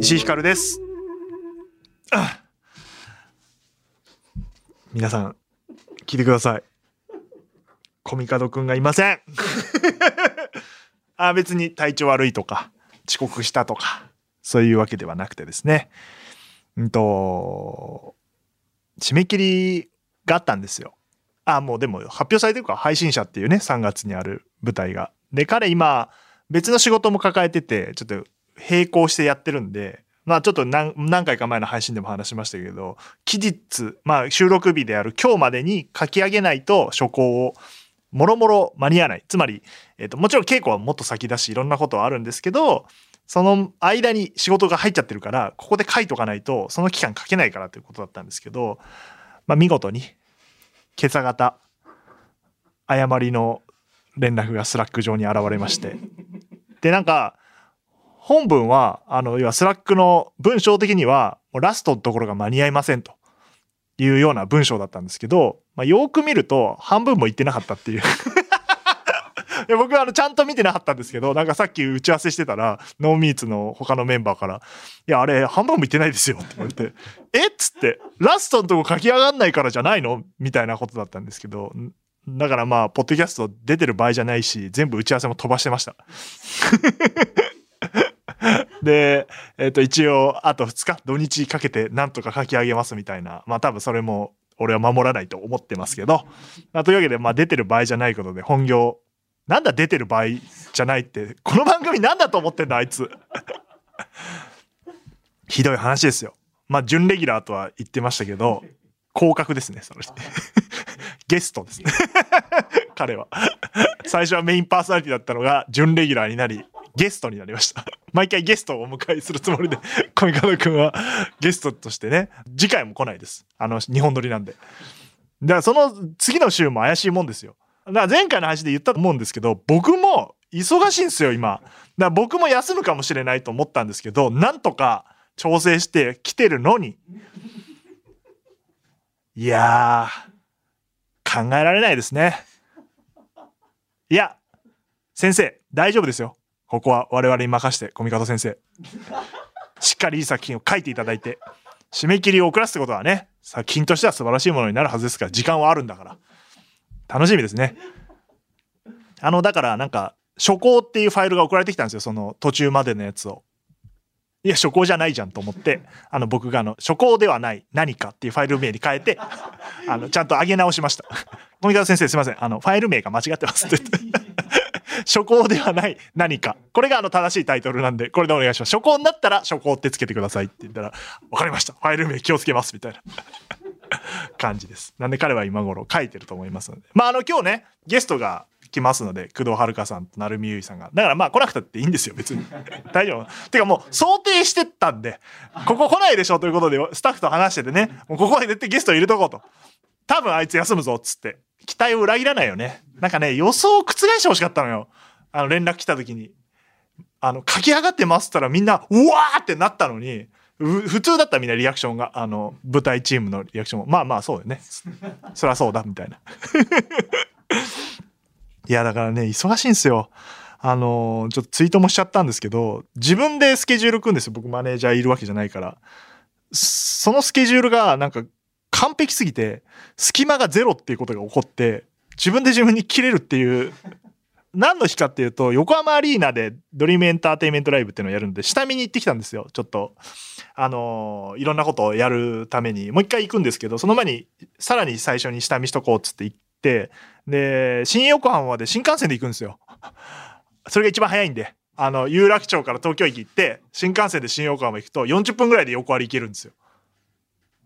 石井ひかるです。あ皆さん、聞いてください。コミカドくんがいません。 あ別に体調悪いとか、遅刻したとか、そういうわけではなくてですね。うんと、締め切りがあったんですよ。あ、もうでも発表されてるから、配信者っていうね、3月にある舞台が。で、彼今、別の仕事も抱えてて、ちょっと並行してやってるんで、まあちょっと何何回か前の配信でも話しましたけど、期日、まあ収録日である今日までに書き上げないと初稿をもろもろ間に合わない。つまり、えっと、もちろん稽古はもっと先だし、いろんなことはあるんですけど、その間に仕事が入っちゃってるから、ここで書いとかないと、その期間書けないからということだったんですけど、まあ見事に、今朝方、誤りの連絡がスラック上に現れまして。で、なんか、本文は、あの、要はスラックの文章的には、もうラストのところが間に合いませんというような文章だったんですけど、まあ、よく見ると半分も言ってなかったっていう。い や僕はあのちゃんと見てなかったんですけど、なんかさっき打ち合わせしてたら、ノーミーツの他のメンバーから、いや、あれ、半分も言ってないですよって言われて、えっつって、ラストのとこ書き上がんないからじゃないのみたいなことだったんですけど、んだからまあ、ポッドキャスト出てる場合じゃないし、全部打ち合わせも飛ばしてました。 で、えっ、と、一応、あと2日、土日かけて、なんとか書き上げますみたいな、まあ多分それも、俺は守らないと思ってますけど、まあ、というわけで、まあ出てる場合じゃないことで、本業、なんだ出てる場合じゃないって、この番組なんだと思ってんだ、あいつ。ひどい話ですよ。まあ、準レギュラーとは言ってましたけど、降格ですね、その人。 ゲストですね。 彼は。最初はメインパーソナリティだったのが、準レギュラーになり、ゲストになりました。毎回ゲストをお迎えするつもりで、コミカド君はゲストとしてね、次回も来ないです。あの、日本撮りなんで。だからその次の週も怪しいもんですよ。だから前回の話で言ったと思うんですけど、僕も忙しいんですよ、今。だから僕も休むかもしれないと思ったんですけど、なんとか調整して来てるのに。いやー、考えられないですね。いや、先生、大丈夫ですよ。ここは我々に任せて、コミカド先生。しっかりいい作品を書いていただいて、締め切りを遅らすってことはね、作品としては素晴らしいものになるはずですから、時間はあるんだから。楽しみですね。あの、だからなんか、初稿っていうファイルが送られてきたんですよ、その途中までのやつを。いや、初稿じゃないじゃんと思って、あの、僕があの、初稿ではない何かっていうファイル名に変えて、あの、ちゃんと上げ直しました。富川先生、すいません。あの、ファイル名が間違ってますって言って。初稿ではない何か。これがあの、正しいタイトルなんで、これでお願いします。初稿になったら、初稿ってつけてくださいって言ったら、わかりました。ファイル名気をつけます、みたいな。 感じです。なんで彼は今頃書いてると思いますので。まああの今日ね、ゲストが来ますので、工藤遥さんと成海優衣さんが。だからまあ来なくたっていいんですよ、別に。 大丈夫。てかもう想定してたんで、ここ来ないでしょということで、スタッフと話しててね、もうここで絶対ゲスト入れとこうと。多分あいつ休むぞ、っつって。期待を裏切らないよね。なんかね、予想を覆してほしかったのよ。あの連絡来た時に。あの、書き上がってますったらみんな、うわーってなったのに、う普通だったらみんなリアクションが、あの、舞台チームのリアクションも、まあまあそうだよね。そりゃそうだ、みたいな。 いや、だからね、忙しいんですよ。あのーちょっとツイートもしちゃったんですけど、自分でスケジュール組んですよ。僕マネージャーいるわけじゃないから。そのスケジュールがなんか完璧すぎて、隙間がゼロっていうことが起こって、自分で自分に切れるっていう何の日かっていうと横浜アリーナでドリームエンターテインメントライブっていうのをやるんで下見に行ってきたんですよちょっとあのーいろんなことをやるためにもう一回行くんですけどその前にさらに最初に下見しとこうっつって行ってで新横浜まで新幹線で行くんですよ それが一番早いんであの有楽町から東京駅行って新幹線で新横浜行くと40分ぐらいで横割り行けるんですよっ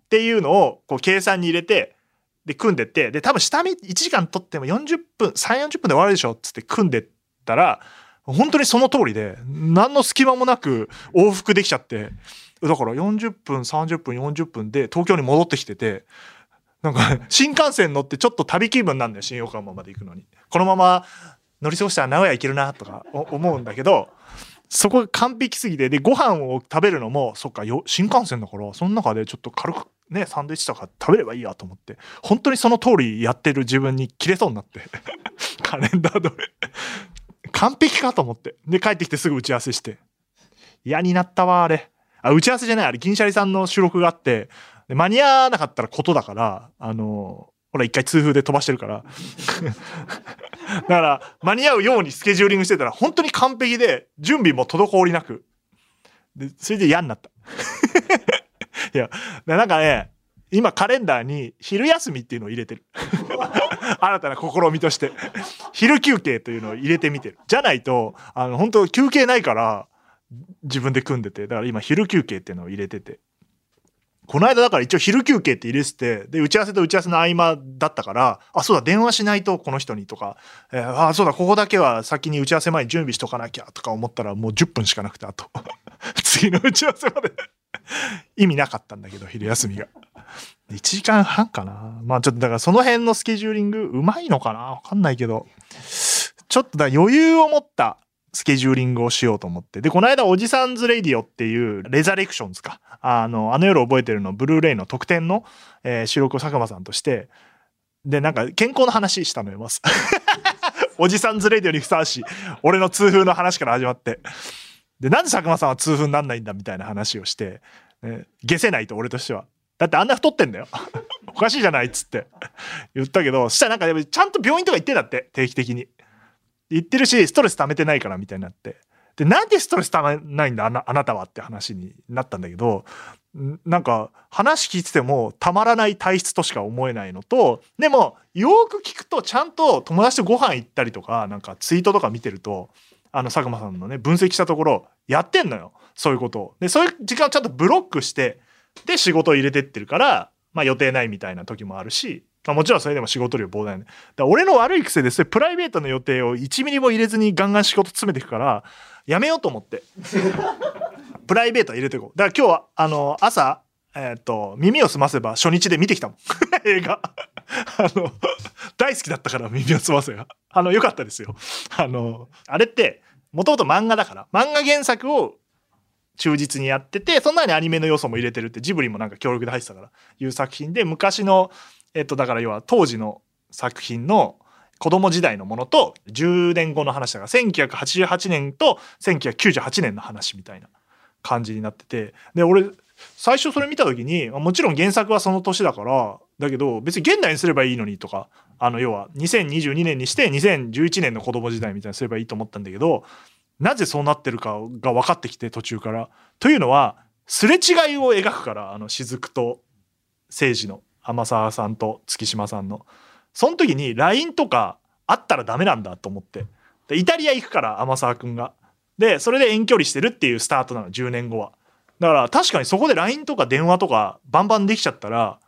ていうのをこう計算に入れてで組んでってで多分下見1時間取っても40分340分で終わるでしょっつって組んでったら本当にその通りで何の隙間もなく往復できちゃってだから40分30分40分で東京に戻ってきててなんか新幹線乗ってちょっと旅気分なんだよ新横浜まで行くのにこのまま乗り過ごしたら名古屋行けるなとかお思うんだけどそこが完璧すぎてでご飯を食べるのもそっかよ新幹線だからその中でちょっと軽くねサンドイッチとか食べればいいやと思って本当にその通りやってる自分に切れそうになって カレンダーどれ完璧かと思ってで帰ってきてすぐ打ち合わせして嫌になったわあれあ打ち合わせじゃないあれ銀シャリさんの収録があってで間に合わなかったらことだからあのほら一回痛風で飛ばしてるから だから間に合うようにスケジューリングしてたら本当に完璧で準備も滞りなくでそれで嫌になった いやでなんかね今カレンダーに昼休みっていうのを入れてる新たな試みとして昼休憩というのを入れてみてるじゃないとあの本当休憩ないから自分で組んでてだから今昼休憩っていうのを入れててこの間だから一応昼休憩って入れててで打ち合わせと打ち合わせの合間だったからあそうだ電話しないとこの人にとか、えーあそうだここだけは先に打ち合わせ前に準備しとかなきゃとか思ったらもう10分しかなくてあと 次の打ち合わせまで意味なかったんだけど昼休みが1時間半かなまあちょっとだからその辺のスケジューリングうまいのかなわかんないけどちょっとだから余裕を持ったスケジューリングをしようと思って。で、この間、おじさんズレディオっていう、レザレクションズか。あの、あの夜覚えてるの、ブルーレイの特典の、えー収録を佐久間さんとして、で、なんか、健康の話したのよ、まず。 おじさんズレディオにふさわしい。俺の痛風の話から始まって。で、なんで佐久間さんは痛風になんないんだみたいな話をして、ね、下せないと、俺としては。だってあんな太ってんだよ。 おかしいじゃないっつって言ったけど、そしたらなんかやっぱり、ちゃんと病院とか行ってんだって、定期的に。言ってるしストレス溜めてないからみたいになってでなんでストレス溜めないんだあなあなたはって話になったんだけどんなんか話聞いててもたまらない体質としか思えないのとでもよーく聞くとちゃんと友達とご飯行ったりとかなんかツイートとか見てるとあの佐久間さんのね分析したところやってんのよそういうことを。でそういう時間をちゃんとブロックしてで仕事を入れてってるから、まあ、予定ないみたいな時もあるし、まあ、もちろんそれでも仕事量膨大なんでだから俺の悪い癖でそれプライベートの予定を1ミリも入れずにガンガン仕事詰めていくからやめようと思って プライベートは入れていこうだから今日はあの朝えっ、と耳を澄ませば初日で見てきたもん 映画あの大好きだったから耳を澄ませがあの良かったですよあのあれってもともと漫画だから漫画原作を忠実にやっててそんなにアニメの要素も入れてるってジブリもなんか協力で入ってたからいう作品で昔のえっとだから要は当時の作品の子供時代のものと10年後の話だから1988年と1998年の話みたいな感じになっててで俺最初それ見た時にもちろん原作はその年だからだけど別に現代にすればいいのにとかあの要は2022年にして2011年の子供時代みたいにすればいいと思ったんだけどなぜそうなってるかが分かってきて途中から。というのはすれ違いを描くからあの雫と政治の天沢さんと月島さんの。その時に LINE とかあったらダメなんだと思って。でイタリア行くから天沢くんが。でそれで遠距離してるっていうスタートなの10年後は。だから確かにそこで LINE とか電話とかバンバンできちゃったら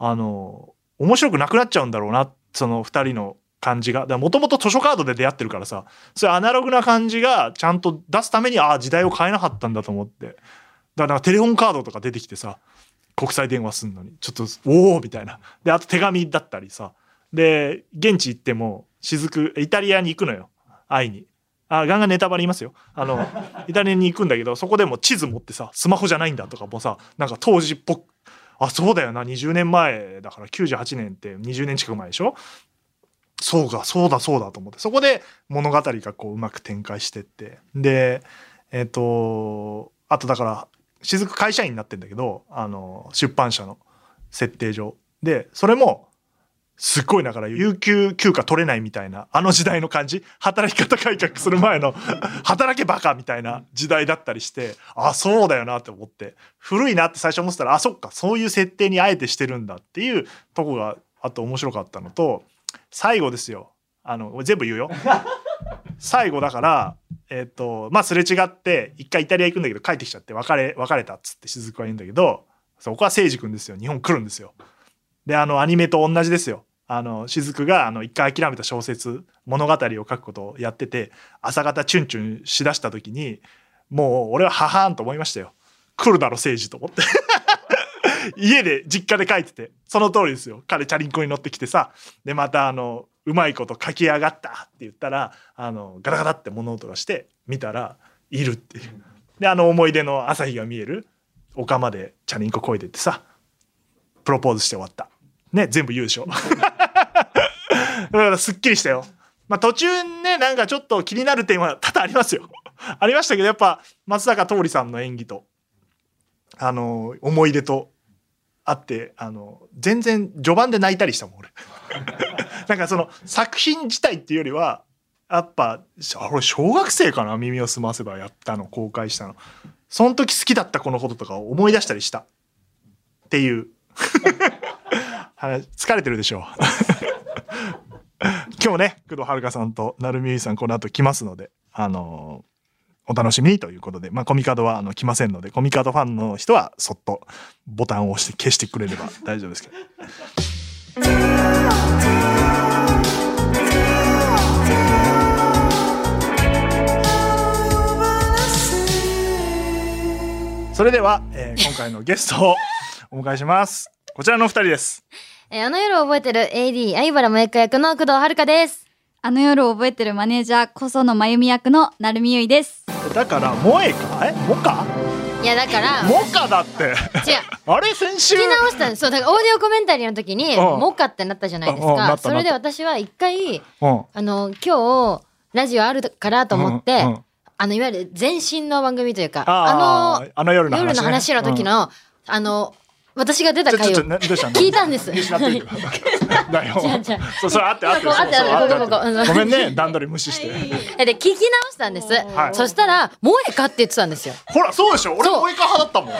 あの面白くなくなっちゃうんだろうなその2人の感じが。もともと図書カードで出会ってるからさそういうアナログな感じがちゃんと出すためにああ時代を変えなかったんだと思ってだからなんかテレホンカードとか出てきてさ国際電話すんのにちょっとおおみたいなであと手紙だったりさで現地行っても雫イタリアに行くのよ会いにあガンガンネタバレ言いますよあのイタリアに行くんだけどそこでも地図持ってさスマホじゃないんだとかもさなんか当時っぽくあそうだよな20年前だから98年って20年近く前でしょそうか、そうだ、そうだと思って、そこで物語がこううまく展開してって。で、えっ、と、あとだから、雫会社員になってんだけど、あの、出版社の設定上。で、それも、すっごいだから、有給休暇取れないみたいな、あの時代の感じ、働き方改革する前の、 働けバカみたいな時代だったりして、あ、そうだよなって思って、古いなって最初思ってたら、あ、そっか、そういう設定にあえてしてるんだっていうとこが、あと面白かったのと、最後ですよあの全部言うよ最後だからえっ、とまあすれ違って一回イタリア行くんだけど帰ってきちゃって別れ別れたっつって雫は言うんだけどそこは誠司君ですよ日本来るんですよであのアニメと同じですよあの雫があの一回諦めた小説物語を書くことをやってて朝方チュンチュンしだした時にもう俺は母んと思いましたよ来るだろ誠司と思って家で実家で書いててその通りですよ彼チャリンコに乗ってきてさでまたあのうまいこと書き上がったって言ったらあのガタガタって物音がして見たらいるっていう。で、あの思い出の朝日が見える丘までチャリンコこいでってさ、プロポーズして終わった。ね、全部優 勝。だからすっきりしたよ。まあ途中ね、なんかちょっと気になる点は多々ありますよ。ありましたけど、やっぱ松坂桃李さんの演技と、あの、思い出とあって、あの、全然序盤で泣いたりしたもん、俺。なんかその作品自体っていうよりは、やっぱ、あ俺小学生かな耳を澄ませばやったの、公開したの。その時好きだった子のこととかを思い出したりした。っていう。話疲れてるでしょう。今日ね、工藤遥さんと成美さんこの後来ますので、あのーお楽しみにということで、まあ、コミカドはあの来ませんので、コミカドファンの人はそっとボタンを押して消してくれれば大丈夫ですけど。それでは、えー今回のゲストをお迎えします。こちらのお二人です。えーあの夜を覚えてる AD 相原萌香役の工藤遥です。あの夜を覚えてるマネージャー、こその真由美役の成美ゆいです。だから、萌えかえモカいやだから、違う。モカだ って。あれ先週聞き直したんです。そう、だからオーディオコメンタリーの時に、うんモカってなったじゃないですうんうんなったなか。ったそれで私は一回、うん。あの、今日、ラジオあるからと思って、うんうんあの、いわゆる前身の番組というか、ああーあの夜の、の話、ね。夜の話の時の、あの、私が出たちょ回ちょをちょなどうしたの聞いたんです。見失ってる 台本違う違うそうそれあってあってこうあってそうそうあってここあってここごめんね段取り無視 してえで、聞き直したんです。いそしたら、萌えかって言ってたんですよ。ほらそうでしょ俺そうもイカ派だったもん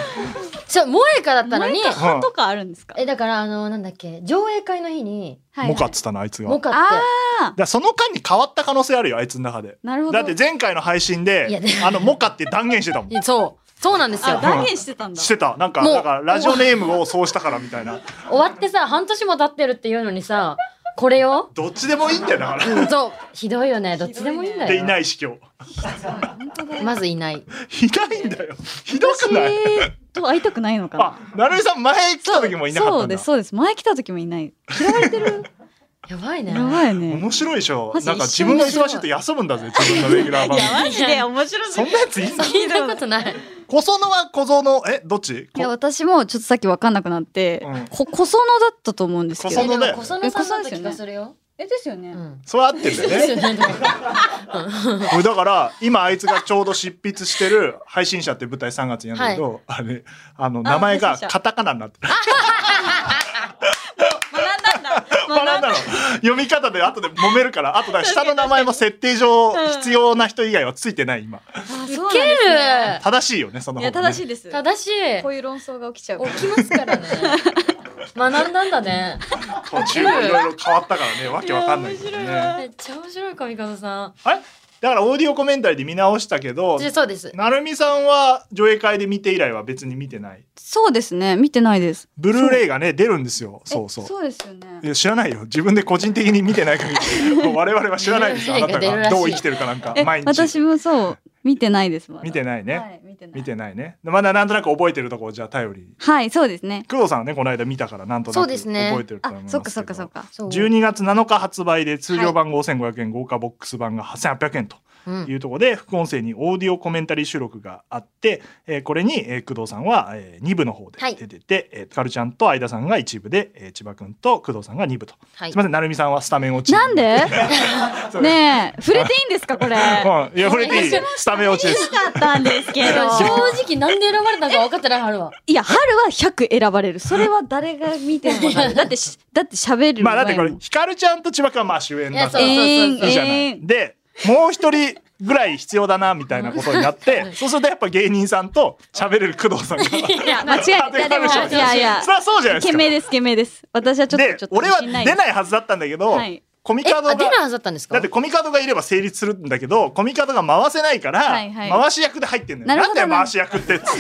そう、萌えかだったのに、うんとかあるんですかえ、だから、あの、なんだっけ、上映会の日に、はモカっつったのあいつがモだかカってあ。あ、らその間に変わった可能性あるよあいつの中でなるほど。だって前回の配信いでやでもあのモカって断言してたもんそう。そうなんですよあ、。断言してたんだし。てたなんかもうなんかラジオネームをそうしたからみたい な終わってさ、半年も経ってるっていうのにさ、これよ。どっちでもいいんだよだからうんそう。ひどいよね。どっちでもいいんだよ。でいないし今日まずいない。いないんだよひどくない私と会いたくないのかあな。なるみさん前来た時もいなかそったうんでだす、そうです。前来た時もいない。嫌われてる。やばいね。やばいね。面白いでしょマジなんか自分が忙しいと休むんだぜ自分のレギュラー番組マジで面白いそんなやついん の聞いたことない。小園は小園えどっちいや、私もちょっとさっきわかんなくなってうん、こ、こそのだったと思うんですけ小ど。園だよ小園さんだった気がするよ。え、ですようねん。それ合ってんだよね俺だから今あいつがちょうど執筆してる「配信者」っていう舞台3月にやるんだけど、あれあの名前が配信者カタカナになってる学んだんだ。学んだの読み方で後で揉めるからあとだから下の名前も設定上必要な人以外はついてない今ウそうなんですねケる。正しいよねそのいや、正しいいです。正しい。こういう論争が起きちゃう。起きますからね。学んだんだね。途中いろいろ変わったからねわけわかんないけどいや面白いねめっちゃ面白い髪型さん。あれだからオーディオコメンタリーで見直したけどでそうです。なるみさんは上映会で見て以来は別に見てないそうですね。見てないです。ブルーレイがね出るんですよそうそうえそうですよねい。や知らないよ自分で個人的に見てない限 り我々は知らないですよあなた出るらしがいどう生きてるかなんかえ毎日私もそう見てないですまだ見てないね、はい見てない見てないねまだなんとなく覚えてるとこをじゃあ頼りにはいそうですね工藤さんはねこの間見たからなんとなくそう覚ですねえてるとあ思いますけどそっかそっかそっかそう12月7日発売で通常版5500円、豪華ボックス版が8800円とうんいうところで副音声にオーディオコメンタリー収録があって、えーこれに、えー工藤さんは、え2部の方ではい出てて、えーカルちゃんと相田さんが1部で、えー千葉君と工藤さんが2部と、はいすみません成美さんはスタメン落ちなんでそうねえ触れていいんですかこれようん、いや、触れていい。スタメン落ち です。かったんです けど正直なんで選ばれたのか分かってない春は。いや春は100選ばれるそれは誰が見ても分か るだってしだって喋るまあ、だってこ前れ、もひかるちゃんと千葉君はまあ主演だかいら、やいえーそうそうそうそういじゃない。で、もう一人ぐらい必要だな、みたいなことにな って、そうするとやっぱ芸人さんと喋れる工藤さんが。いや間違当えいてやはでめちゃうもいやいやそりゃそうじゃないです懸か。命です懸命です私はちょっとでちょっ、と俺は自出信なですいはずだったんだけどはい、コミえ、カドあ出がない。はずだったんですかだってコミカドがいれば成立するんだけどコミカドが回せないから、はいはい回し役で入ってんのよなるなほんどだよ回し役ってっ つって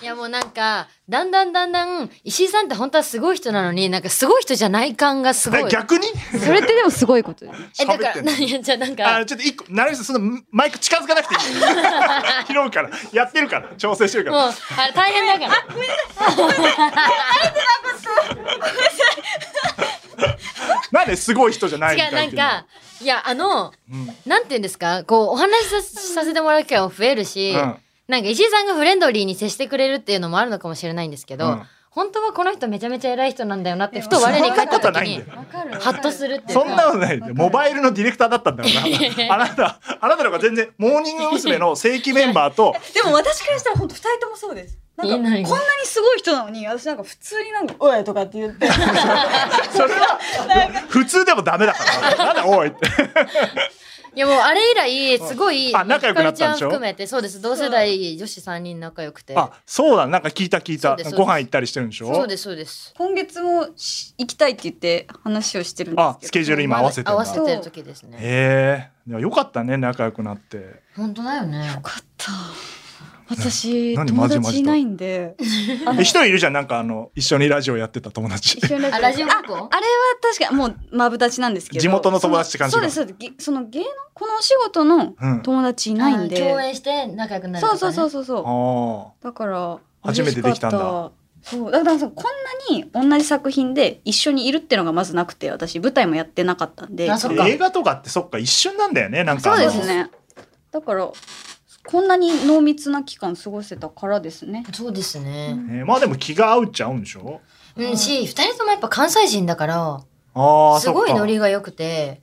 いやもうなんか、だんだんだんだん、石井さんって本当はすごい人なのに、なんかすごい人じゃない感がすごい。え逆にそれってでもすごいことですねえ、だか喋ってら、んの いや、じゃあなんあか、ちょっと一個、成美さん、そのマイク近づかなくていい。 拾うから、やってるから、調整してるかもう、ら。あれ大変だから。なんですごい人じゃないみ違う、たないんな。か、いや、あの、うん。なんて言うんですか、こう、お話しささせてもらう機会も増えるし、うんなんか石井さんがフレンドリーに接してくれるっていうのもあるのかもしれないんですけど、うん本当はこの人めちゃめちゃ偉い人なんだよなって、ふと我に返ったそんなことは時ないんにだ、よわかるハッとするっていうそんなか。ことないでモバイルのディレクターだったんだからなあなたあなたの方が全然モーニング娘。の正規メンバーとでも私からしたら本当二人ともそうです。なんかえこんな何にすごい人なのに私なんか普通になんか「おい」とかって言ってそれは普通でもダメだからなんだおいっていやもうあれ以来、すごい、あ仲良くなったんでしょひかりちゃ含めて、そうです。同世代女子3人仲良くて。あそうだなんか聞いた聞いそたうですご飯行ったりしてるんでしょそうです、そうです。今月もし行きたいって言って話をしてるんですけどあスケジュール今合わせて合んわだせてる時ですね。へえよかったね仲良くなって本当だよね。よかった私何友マジマ達ジいとないんでえ一人いるじゃんなんかあの一緒にラジオやってた友達一緒に あ、ラジオ学校あれは確かにもうマブダチなんですけど地元の友達って感じそがうですそうですぎその芸能このお仕事のうん友達いないんで、あー共演して仲良くなるとか、そうね。そうそうう。そうそあうだから初めてできたんだ嬉しかったそうだからそのこんなに同じ作品で一緒にいるってのがまずなくて私舞台もやってなかったんであそっか映画とかってそっか一瞬なんだよねなんかそあうのですねだからこんなに濃密な期間過ごせたからですねそうですね。えーまあでも気が合うっちゃ合うんでしょうん、し、二人ともやっぱ関西人だから、ああすごいノリが良くて、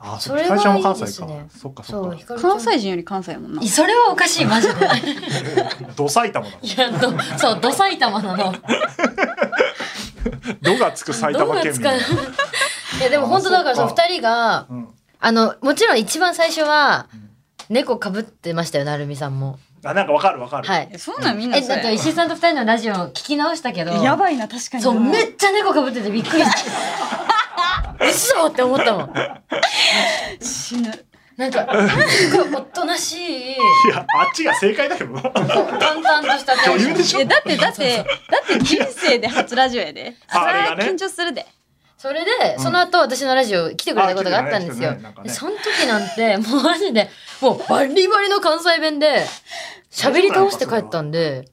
あそそっかれが会社も関いいで西すかねそっかそそう、っひかるちゃん関西人より関西やもんないそれはおかし い、マジで。かど埼玉だいや、ど、そう、ど埼玉なの。どがつく埼玉県民どうがつか いや、でも本当だから、あそそうう、か二人が、うんあの、もちろん一番最初はん、猫かぶってましたよ、なるみさんも。あなんかわかるわかるはいい。そうなんみんなえ、そだってれ石井さんと二人のラジオ聞き直したけど、やばいな確かにそう、めっちゃ猫かぶっててびっくり した。嘘って思ったもん。死ぬなんか、すごいおとなしい、やあっちが正解 だけどな淡々としたテン余ショ裕ンでしょえだってだってだって人生で初ラジオやで ああれがはね緊張するでそれで、その後私のラジオ来てくれたことがあったんですよ。あ来てくれたね来てくれたねなんかねでその時なんて、もうマジで、もうバリバリの関西弁で、喋り倒して帰ったんで、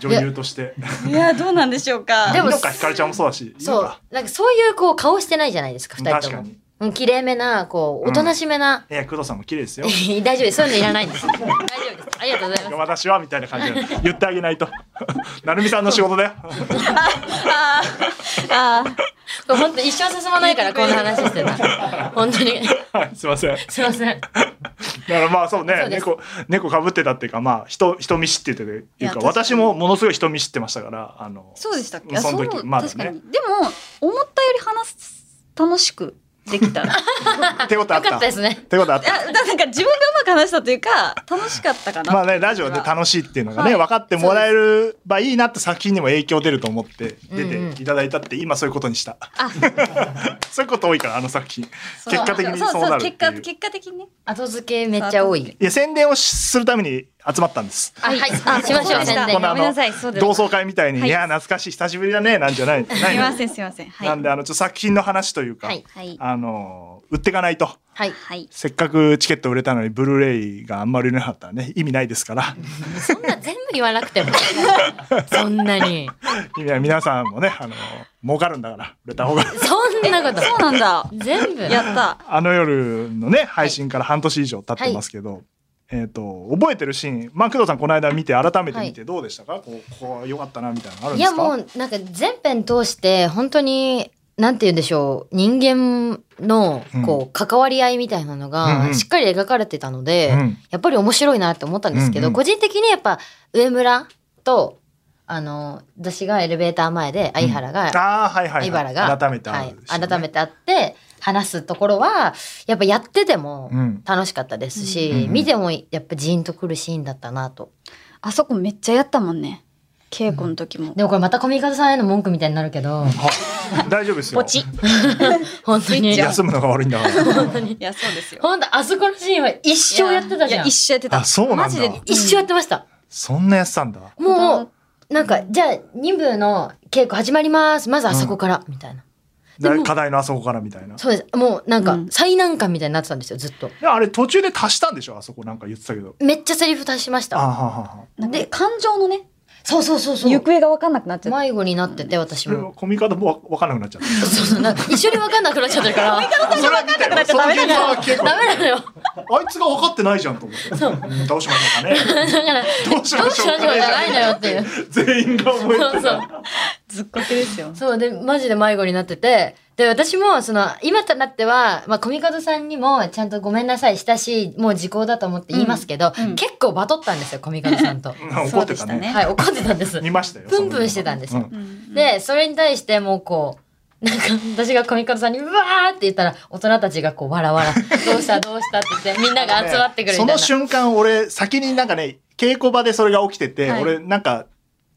女優としていやどうなんでしょうかでもいいのかひかるちゃんもそうだしいいのそうか、なんかそういうこう顔してないじゃないですか、二人確とかもに。うん、綺麗めな、こう、おとなしめな。いや工藤さんも綺麗ですよ 大丈夫です。そういうのいらないんです。大丈夫です。ありがとうございます。私はみたいな感じで言ってあげないと なるみさんの仕事だよあーあーこれ本当一生進まないから、こんな話して た。本当に。はいすいませんすいません。だからまあそうねそうです猫猫かぶってたっていうかまあ人人見知っててといういやか確かに私もものすごい人見知ってましたからあのそうでしたっうけんあその時そうまだね確かにでも思ったより話す楽しくできた いや手応えあっよかったたですね。手応えあっただなんか自分がうまく話したというか楽しかったかなまあねラジオで楽しいっていうのがね、はい分かってもらえればいいなって作品にも影響出ると思ってうんうん出ていただいたって今そういうことにした、 そういうこと多いからあの作品そう結果的にそうなるっていう結果結果的にね後付けめっちゃ多い。いや宣伝をしするために集まったんですあ、はい。しましょう、そうでし宣た伝こ。のあごめんのなさいそうです同窓会みたいに、、はいいや懐かしい久しぶりだねなんじゃないすないいまのせんすいませんはいなんであのちょっと作品の話というか、はいはいあの売っていかないとはい。はいせっかくチケット売れたのにブルーレイがあんまり売れなかったらね意味ないですからそんな全部言わなくて も。そんなに。 意味は皆さんもねあの儲かるんだから売れた方が そんなこと。そうなんだ全部。やったあの夜のね配信から半年以上経ってますけど、えっ、と覚えてるシーン、まあ工藤さんこの間見て改めて見てどうでしたか？こうここは良かったなみたいなのあるんいですやか？もうなんか全編通して本当になんて言うんでしょう人間のこう関わり合いみたいなのうんうんがしっかり描かれてたので、うんやっぱり面白いなって思ったんですけど、うんうん個人的にやっぱ上村とあの私がエレベーター前で相原が、ああはいはい、はい、相原が改めて、はい、改めて会って話すところはやっぱやっててもうん楽しかったですし、うんうん見てもやっぱジーンとくるシーンだったなとあそこめっちゃやったもんね稽古の時もでもこれまたコミカドさんへの文句みたいになるけどはい大丈夫ですよ。ポチ 本当に休むのが悪いんだから。 いやそうですよほんと、あそこのシーンは一生やってたじいゃん。や一一緒やってたあそうなんだマジで生やってました。そんなやつなんだ。もう、なんか、じゃあ、2部の稽古始まります。まずあそこから、みたいな。でも課題のあそこからみたいな。そうです。もう、なんうか、ん最難関みたいになってたんですよ、ずっと。いやあれ途中で足したんでしょ？あそこなんか言ってたけど。めっちゃセリフ足しましあーはた。あはあはあで感情のねそうそうそうそ行う。方が分かんなくなっちゃって迷子になってて、私それはも。コミカドもわ分かんなくなっちゃっそうそう、なんか一緒に分かんなくなっちゃってる から。た。それは見たよ。その現場は結構ダメなのよ。あいつが分かってないじゃんと思って。うんどうしましょうかね。だから、どうしどまうししょうましょうかじね。ゃないのよっていう。全員が覚えてそうる。そう。ずっこけですよ。そうで、マジで迷子になってて、で、私も、その、今となっては、まあ、コミカドさんにも、ちゃんとごめんなさい、したし、もう時効だと思って言いますけど、うんうん結構バトったんですよ、コミカドさんと。うん怒ってたそうでしたね。ね はい、怒ってたんです。見ましたよ。プンプンしてたんですようで、それに対して、もうこう、なんか、私がコミカドさんに、うわーって言ったら、大人たちがこう、わらわ ら、どうしたどうしたって言って、みんなが集まってくるそみたいのな。瞬間俺先になんかね稽古場でそれが起きてて、はい俺なんか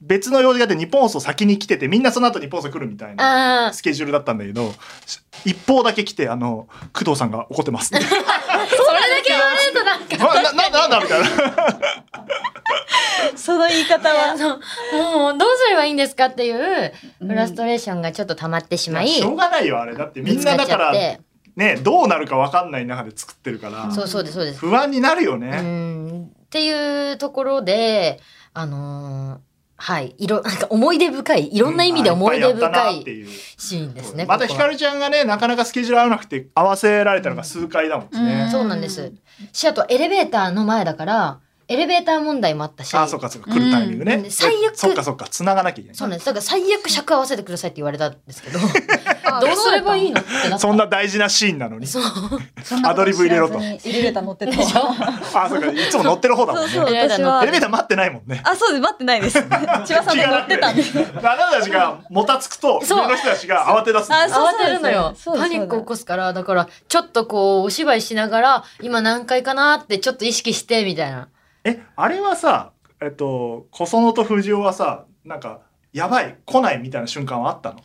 別の用事があって日本放送先に来ててみんなその後日本放送来るみたいなあスケジュールだったんだけどし一方だけ来てあの工藤さんが怒ってますって あ、それだけ言われるとなんか、ななななんだみたいな その言い方あの、もう、どうすればいいんですかっていう、フラストレーションがちょっと溜まってしまい、しょうがないよあれだってみんなだからぶつっちゃってねどうなるか分かんない中で作ってるからそうそうですそうです。不安になるようね、んっていうところであのーはいいろなんか思い出深いいろんな意味で思い出あっぱやった深なっていいうシーンですね。またこひこかはるちゃんがねなかなかスケジュール合わなくて合わせられたのが数回だもんね、うんそうなんです。しあとエレベーターの前だからエレベーター問題もあったし。あそうかそうか来るタイミングね、うん最悪そっかそっか繋がなきゃいけないそそうなんです。だから最悪尺合わせてくださいって言われたんです けど、どうすればいいのってなった。んな大事なシーンなのにそう。アドリブ入れろとエエレレベベーータターー乗乗っっててたたでしょあそうかいつも乗ってる方だもんそねうそうエレベーター私乗はエレベーター待ってないもんねあそうです待ってな いです千葉さん気がも乗楽ってたんであなたたちがもたつくと上そうの人たちが慌て出すんだよあそう慌てるのよそうですそうですパニック起こすからだからちょっとこうお芝居しながら今何回かなってちょっと意識してみたいなえあれはさえっと小園と藤尾はさなんかやばい来ないみたいな瞬間はあったの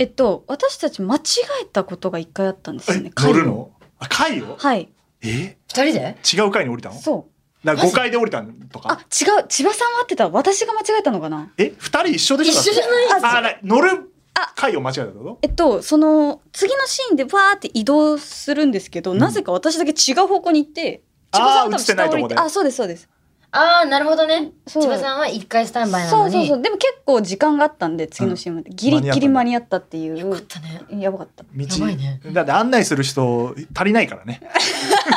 えっと私たち間違えたことが一回あったんですよね。乗るのあ階をはい。え二人で違う階に降りたのそう。なんか5階で降りたのとあか違う千葉さんは合ってた私が間違えたのかな。え二人一緒でしょ一緒じゃないだってあな乗るあ階を間違えたってことえっとその次のシーンでわーって移動するんですけど、うんなぜか私だけ違う方向に行ってあー千葉さんは多映分ってない下降とりこてであそうですそうです。ああなるほどねそう千葉さんは一回スタンバイなそのうにそうそうでも結構時間があったんで次のシーンまで、ギリギリ間間に合ったっていうよかったねやばかった。道やばいねだって案内する人足りないからね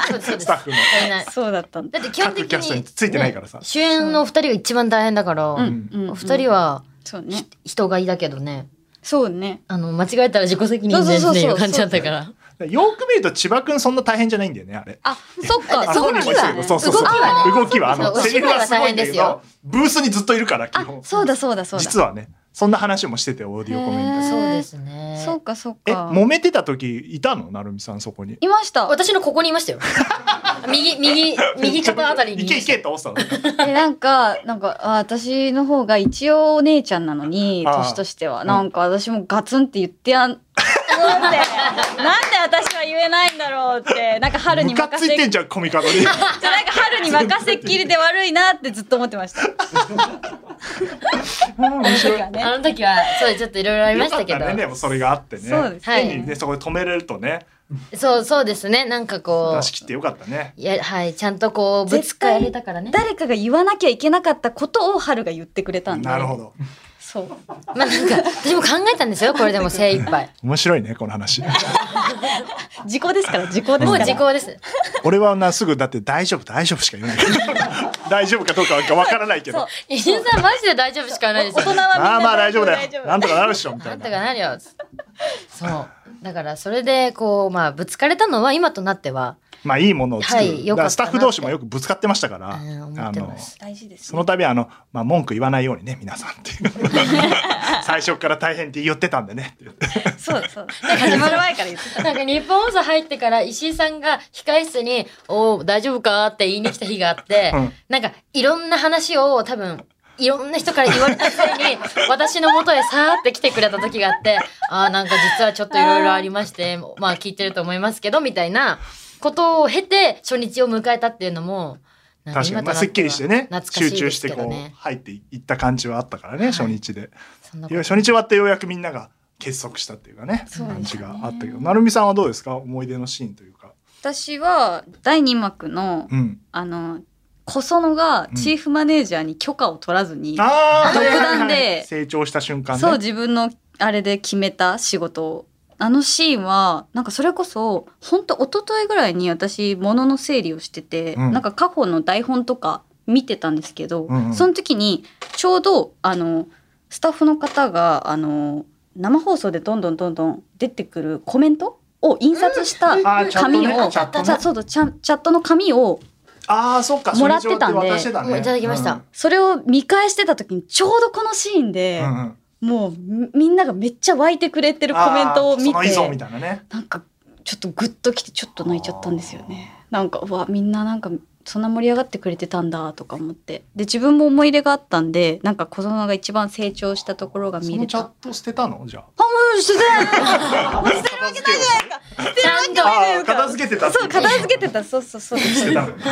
そうですそうでスすタッ足フのりないそうだったんだ。だって基本各的キャストにについてないからさね主演の二人が一番大変だからおうんうんうん二人はそうね人がいだけどねそうねあの間違えたら自己責任でっていう感じだったからよく見ると千葉くんそんな大変じゃないんだよねあれ。あそっあかあそこにも動きはねそうそうそう動きはね動きはあのそうそうセリフはすごいんだけお芝居は大変どブースにずっといるから基あ本そうだそうだそうだ。実はねそんな話もしててオーディオコメントへでーそうですねそうかそうえか。揉めてた時いたのなるみさんそこにいました。私のここにいましたよ 右右右肩あたりにいけいけって思ってたのえなんかなんかあ私の方が一応お姉ちゃんなのにあー年としてはなんか私もガツンって言ってやんなんでなんで私は言えないんだろうってなんか春にムカつ任いせてじんじゃんコミカドにゃなんか春に任せっきりで悪いなってずっと思ってました。面 白いなんかねあの時はそうちょっといろいろありましたけよどかったねでもそれがあってねそうですね変にねそこで止めれるとねそうそうですねなんかこ出しう切ってよかったねいやはいちゃんとこうぶつかれたからね誰かが言わなきゃいけなかったことを春が言ってくれたんで。なるほ。どそう。まあなんか私も考えたんですよこれでも精一 杯面白いねこの話時効ですから時効ですもかうら。時効です俺はなすぐだって大丈夫大丈夫しか言わない 大丈夫かどうかはわからないけそどう。伊集院さんマジで大丈夫しかない大で人すよはみんなまあまあ大丈夫だよ。なんととかなるっしょみたないんとな。かなるよそうだからそれでこうまあぶつかれたのは今となっては、まあいいものを作る。はいよだかかったならスってタッフ同士もよくぶつかってましたから。うん思ってます大事ですその度はあのまあ文句言わないようにね皆さんっていう。 最初から大変って言ってたんでねって言って。そうだそうだ。始まる前から言ってた。なんか日本放送入ってから石井さんが控え室に「おお大丈夫か?」って言いに来た日があって、うんなんかいろんな話を多分いろんな人から言われたせい に私の元へさーって来てくれた時があってあーなんか実はちょっといろいろありましてまあ聞いてると思いますけどみたいなことを経て初日を迎えたっていうのもなん確かにまあ今となってはすっきりしてね懐かし集いで中しすてけどこねう入っていった感じはあったからね初日で。そんないこや初日終わってようやくみんなが結束したっていうかねそうですね感じがあったけど。なるみさんはどうですか思い出のシーンというか。私は第二幕のうん。あの小園がチーフマネージャーに許可を取らずに、あー独断ではいはいはい成長した瞬間ね。そう自分のあれで決めた仕事をあのシーンはなんかそれこそ本当一昨日ぐらいに私物の整理をしてて、うんなんか過去の台本とか見てたんですけど、うんうんその時にちょうどあのスタッフの方があの生放送でどんどんどんどん出てくるコメントを印刷したんあーチャット紙ねを、チャットねじゃそうだチャチャットの紙をああ、そっか。もらってたんでそれ以上渡してたねもういただきました。それを見返してた時にちょうどこのシーンうで、んうんもうみみんながめっちゃ湧いてくれてるコメントを見あーそのていいぞみたいなね。なんかちょっとグッときてちょっと泣いちゃったんですよねなんかうわみんななんかそんな盛り上がってくれてたんだとか思ってで自分も思い入れがあったんでなんか小園が一番成長したところがそ見のれチャッたト捨てたのじゃあ。あもうして捨てるわけないじゃないか。ちゃんとあー片付けてたってそう片付けてたそうそう そう捨てた のね。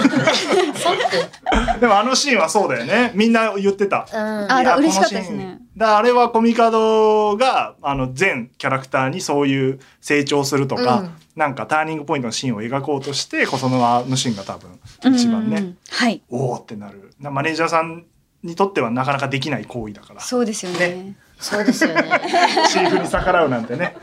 そって。でもあのシーンはそうだよね。みんな言ってた。うん。あいや嬉しかったですね。このシーンだからあれはコミカドがあの全キャラクターにそういう成長するとか、うんなんかターニングポイントのシーンを描こうとしてこそのあのシーンが多分一番ね、うんうんうんはいおおってなるなマネージャーさんにとってはなかなかできない行為だからそうですよねそ うですよね。だっチーフに逆らうなんて ね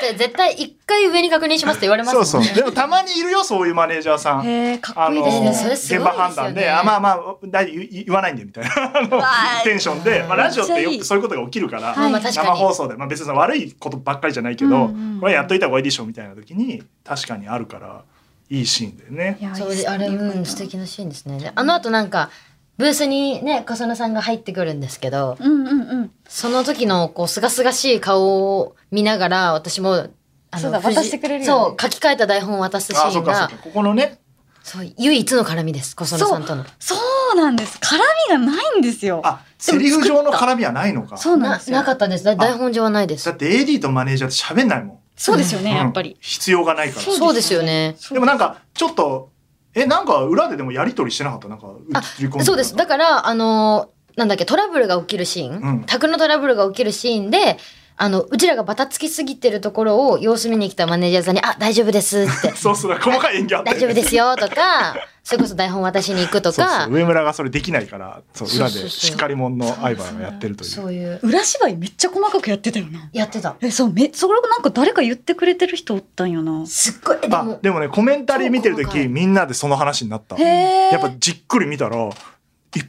て絶対一回上に確認しますって言われますそもんうね。そうでもたまにいるよそういうマネージャーさん。へえかっあこいいのですねねそれす現ごいですよね場判断で、あまあまあだい言言わないんでみたいなあのわーテンションで、まあ、ラジオってよめっちゃいくいそういうことが起きるから、まあまあ確か生に。放送で、まあ、別にその悪いことばっかりじゃないけど、うんうんこれはやっといた方がいいでしょみたいな時に確かにあるからいいシーンだよねい。やそういいっですあれよかっうんた素敵なシーンですねであの後なんかブースにね小園さんが入ってくるんですけどうんうんうんその時のこうすがすがしい顔を見ながら私もあのそうだ藤渡してくれるよそねう書き換えた台本を渡すシああそーうンかそうがかここのねそう唯一の絡みです小園さんとのそうなんです絡みがないんですよあセリフ上の絡みはないのかそうなんなですよなかったんですだ台本上はないですだって AD とマネージャーって喋んないもん、そうですよね、うんやっぱり。必要がないからそうそうですよねでもなんかちょっとえなんか裏ででもやり取りしてなかったなんかあ映り込んそうですだからあのなんだっけトラブルが起きるシーン、うん宅のトラブルが起きるシーンであのうちらがバタつきすぎてるところを様子見に来たマネージャーさんに「あ大丈夫です」 ってそうそう細かい演技あったよ大ね丈夫ですよとか、それこそ台本渡しに行くとそうかそう、上村がそれできないからそうそうそう裏そうでしっかり者の相葉がやってるというそういう、裏芝居めっちゃ細かくやってたよな。やってた。え、そう、め、それなんか誰か言ってくれてる人おったんよな。すっごい、であも、でもねコメンタリー見てる超細か時いみんなでその話になったへやっぱじっくり見たらいっ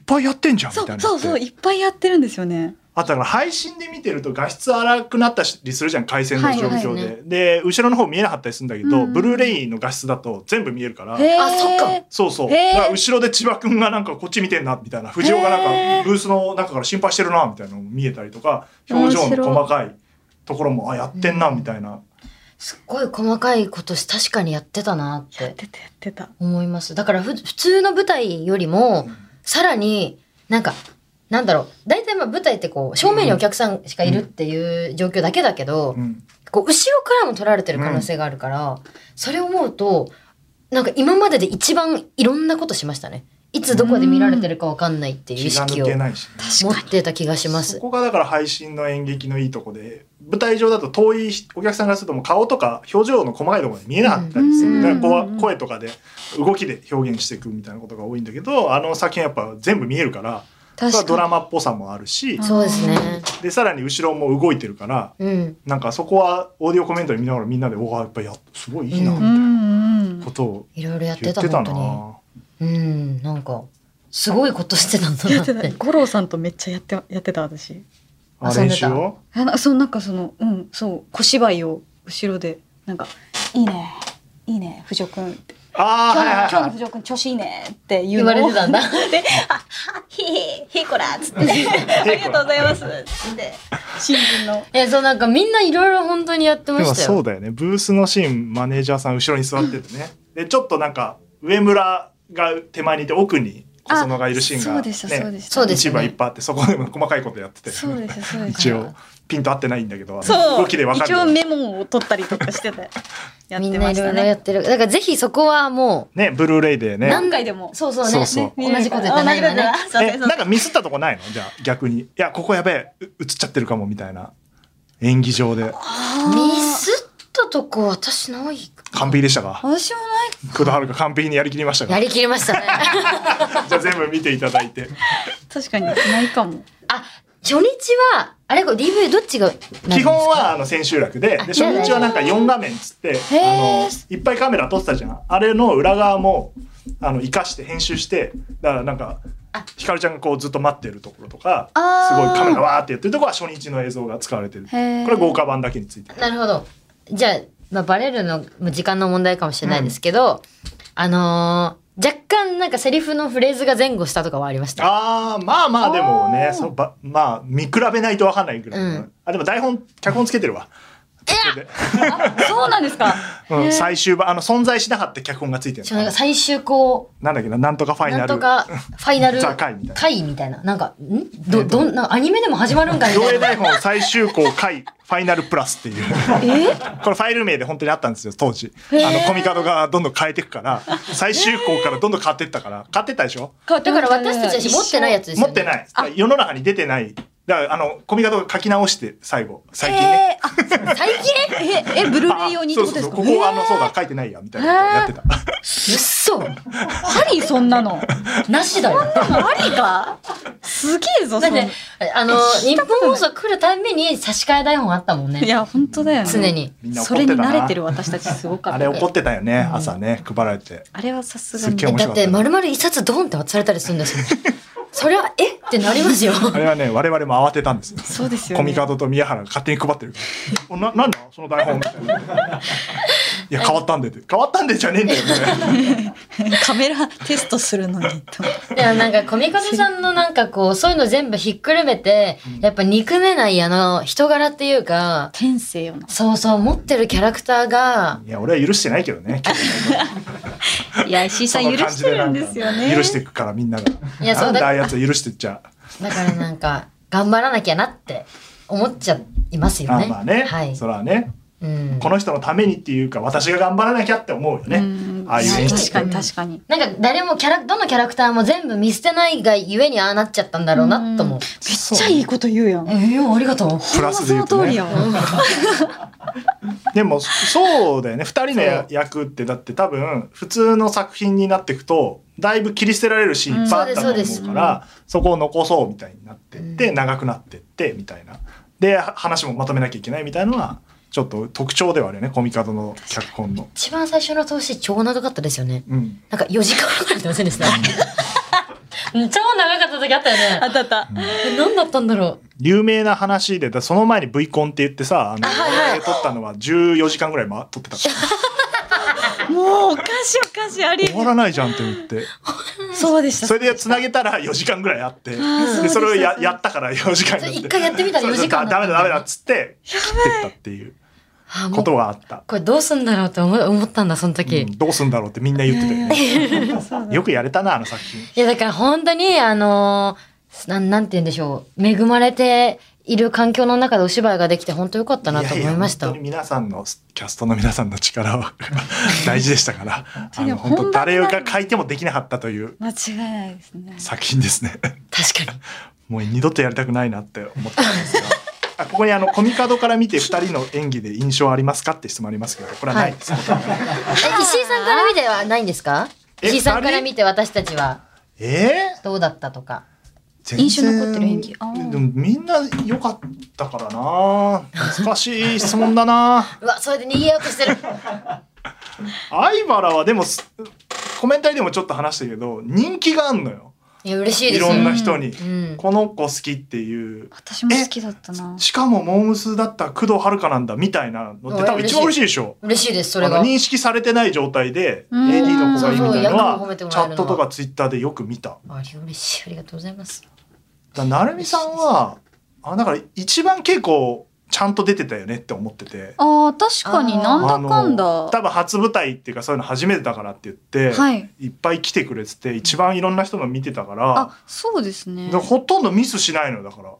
ぱいやってんじゃんみそたいなうのっそうてそう、いっぱいやってるんですよね。あとだから配信で見てると画質荒くなったりするじゃん回線の状況はいはいでで後ろの方見えなかったりするんだけうんどうんブルーレイの画質だと全部見えるからへーあそっか。そうそうだへーから後ろで千葉君がなんかこっち見てんなみたいな藤尾がなんへかブースの中から心配してるなみたいなのも見えたりとか表情の細かいところもあやってんなみたいなすっごい細かいことし、確かにやってたなっやっててた、やってた。思います。だからふ、普通の舞台よりも、さらに、なんか、なんだろう、大体まあ舞台ってこう、正面にお客さんしかいるっていう状況だけだけど、うんこう後ろからも撮られてる可能性があるから、それを思うとなんか今までで一番いろんなことしましたねいつどこで見られてるかわかんないっていう気意が識を抜け持ないしねってた気がしまそすこがだから配信の演劇のいいとこで舞台上だと遠いお客さんからするともう顔とか表情の細かいところが見えなかったりする、うんだからこうんう声とかで動きで表現していくみたいなことが多いんだけどあの作品はやっぱ全部見えるからそれはドラマっぽさもあるしそそうですねでさらに後ろも動いてるからうんなんかそこはオーディオコメントで見ながらみんなで「おおやっぱやすごいいいな」みうたういんな うん。ことをいろいろやっ言てったてた本な。当にうんなんかすごいことしてたんだやなっってた。て 五郎さんとめっちゃやって、やってた私。あ遊練んでた習をあなそう、なんかその、うん、そう、小芝居を後ろで、なんか、いいね。いいね、藤尾くん。あ今あ日はいはいはの、今日のい藤尾くん調子いいねって言う言のわれてたんだで、あ、は、ひひ、ひこらっつって、ありがとうございますっつって、新 人の。えそうなんかみんないろいろ本当にやってまでもしたそようだよねブースのシーンマネージャーさん後ろに座っててね、でちょっとなんか上村が手前にいて奥に小園がいるシーンが、ね、そうでした、そうでした。そうですね一番いっぱいあってそこでも細かいことやってて、そうですよ、そうです一よ。応ピンと合ってないんだけどあのそう。動きでわか一応るメモを取ったりとかして て。やっみんてなまいしろたいろやね。ってるだからぜひそこはもねブルーレイでね何何回でもう。そうそうねそうそうね同じこと言ってない同よじことねだそうえそうそうなんかミスったとこないのじゃあ逆にいやここやべえう映っちゃってるかもみたいな演技上でミスったとこ私ない完璧でしたか私もない工藤遥が完璧にやりきりましたかやらりきりましたね。じゃあ全部見ていただいて確かにないかも。あ、初日は、あれこれ DV どっちがなるんですか基本はあの千秋楽でであ初日はなんか4画面っつってあーのいっぱいカメラ撮ってたじゃんあれの裏側もあの生かして編集してだからなんかあひかるちゃんがこうずっと待ってるところとかあすーごいカメラわーってやってるとこは初日の映像が使われてるこへーれ豪華版だけについてるなるほど。じゃあ、まあ、バレるのも時間の問題かもしれないですけど、あのー若干なんかセリフのフレーズが前後したとかはありました。あーまあまあでもねあーそのばまあ見比べないとわかんないぐらい、うんあでも台本脚本つけてるわここでそうなんですか。 うん、最終版あの存在しなかった脚本がついてるしかもなんか最終こう、なんだっけななんとかファイなナんルとかファイナ ルザ回みたいな回みたいな。なんか、んど、どんな、アニメでも始まるんかみ上たい映な。台本最終項回ファイナルプラスっていうこれファイル名で本当にあったんですよ当時あのコミカドがどんどん変えていくから最終項からどんどん変わってったから変わってったでしょだだから私たちは持ってないやつですよ持ね。ってない世の中に出てないだからあのコミカドが書き直して最後最近ね、最近え、え、ブルーレイ用にってそうこそうそとですうかここはあのそうだ書いてないやみたいなことやってたうっそありそんなの。な しだよ。ありか。すげえぞ。だっそんなて、あ の、日本放送来るたんびに差し替え台本あったもんいね。や本当だよね。常。に。みんな怒そっれてにたな慣れてる私たちすごかった。あれ怒ってたよね朝ね配られてあれはさすがすっにげえ面だ白かっったよて丸々一冊ドンって渡されたりするん ですよそれはえってなりますよあれはね我々も慌てたんですよそうですよコミね。カドと宮原が勝手に配ってるから。おな、なんだその台本みたいな。いや、変わったんでって。変わったんでじゃねえんだよ、 こカメラテストするのにって思って。でもなんかコミカドさんのなんかこうそういうの全部ひっくるめてやっぱ憎めないあの人柄っていうか天性よな。そうそう持ってるキャラクターがれ。いや、俺は許してないけどね。いや石井さん許してるんですよその感じでなんね。か許していくから、みんなが。いやそうなんだだ、ああいうやつを許してっちゃ。だからなんか頑張らなきゃなって思っちゃいますよあねあまあね。はいそれはね。うんこの人のためにっていうか、私が頑張らなきゃって思うよね。んああいう演出確かに確かに。なんか誰もキャラどのキャラクターも全部見捨てないがゆえにああなっちゃったんだろうなと思うめっちゃいいこと言うやん。えいやありがとうプラスで言うそとの通りねや。わ。でも、そうだよね。二人のや役って、だって多分、普通の作品になっていくと、だいぶ切り捨てられるシーンいっぱいあったとうんそうです思うから、そこを残そうみたいになってって、う長くなってって、みたいな。で、は話もまとめなきゃいけないみたいなのは、ちょっと特徴ではあるよね、コミカドの脚本の。一番最初の投資超長かったですよねうん。なんか4時間ぐらいでませんでした。うん超長かった時あったよあね。たた。え何だったんだろ有名な話で、だその前に V コンって言ってさ、あの、はいはい撮ったのは14時間ぐらいま撮ってた。 もうおかしいおかしいありえ終わらないじゃんって 言って。そうでした。それで繋げたら4時間ぐらいあ って、ーでそれをそうでやすやったから4時間になそれ一回やってみたらそうそう4時間だったダメだダメだっつって切ってったっていうう。あもこうとがあった。これどうすんだろうって思思ったんだ、その時。うんいどうすんだろうってみんな言ってたよね。よくやれたなあの作品。や、だから本当に、あのーなん、なんて言うんでしょう。恵まれている環境の中でお芝居ができて本当よかったなと思いました。やや本当に皆さんのキャストの皆さんの力は 大事でしたから、あ当にの本当本当誰にが書いてもできなかったという間違いないですね。作品ですね。 確かに。もう二度とやりたくないなって思ったんですが。あここにあのコミカドから見て二人の演技で印象ありますかって質問ありますけどこれはないです、え、石井さんから見てはないんですかえ石井さんから見て私たちはえー、どうだったとか。全然印象に残ってる演技あーでもみんな良かったからな難しい質問だな うわ、それで逃げようとしてる。相原はでもすコメンタリーでもちょっと話したけど人気があんのよいや、嬉しいいですろよ。んな人に、うんこの子好きっていう私も好きだったな。しかもモームスだった工藤遥なんだみたいなのって多分一番嬉しいでしょ嬉しいです、そあれのが。認識されてない状態でうん AD の子がいるみたいなのそうそう役も褒はめてもチらえャるのッはトとかツイッターでよく見たあり嬉しいありがとうございます。だなるみさんはあだから一番結構ちゃんと出てたよねって思っててああ確かになんだかんあのだ。多分初舞台っていうかそういうの初めてだからって言って、はい。い、っぱい来てくれてて一番いろんな人の見てたからあそうですねで。ほとんどミスしないのだから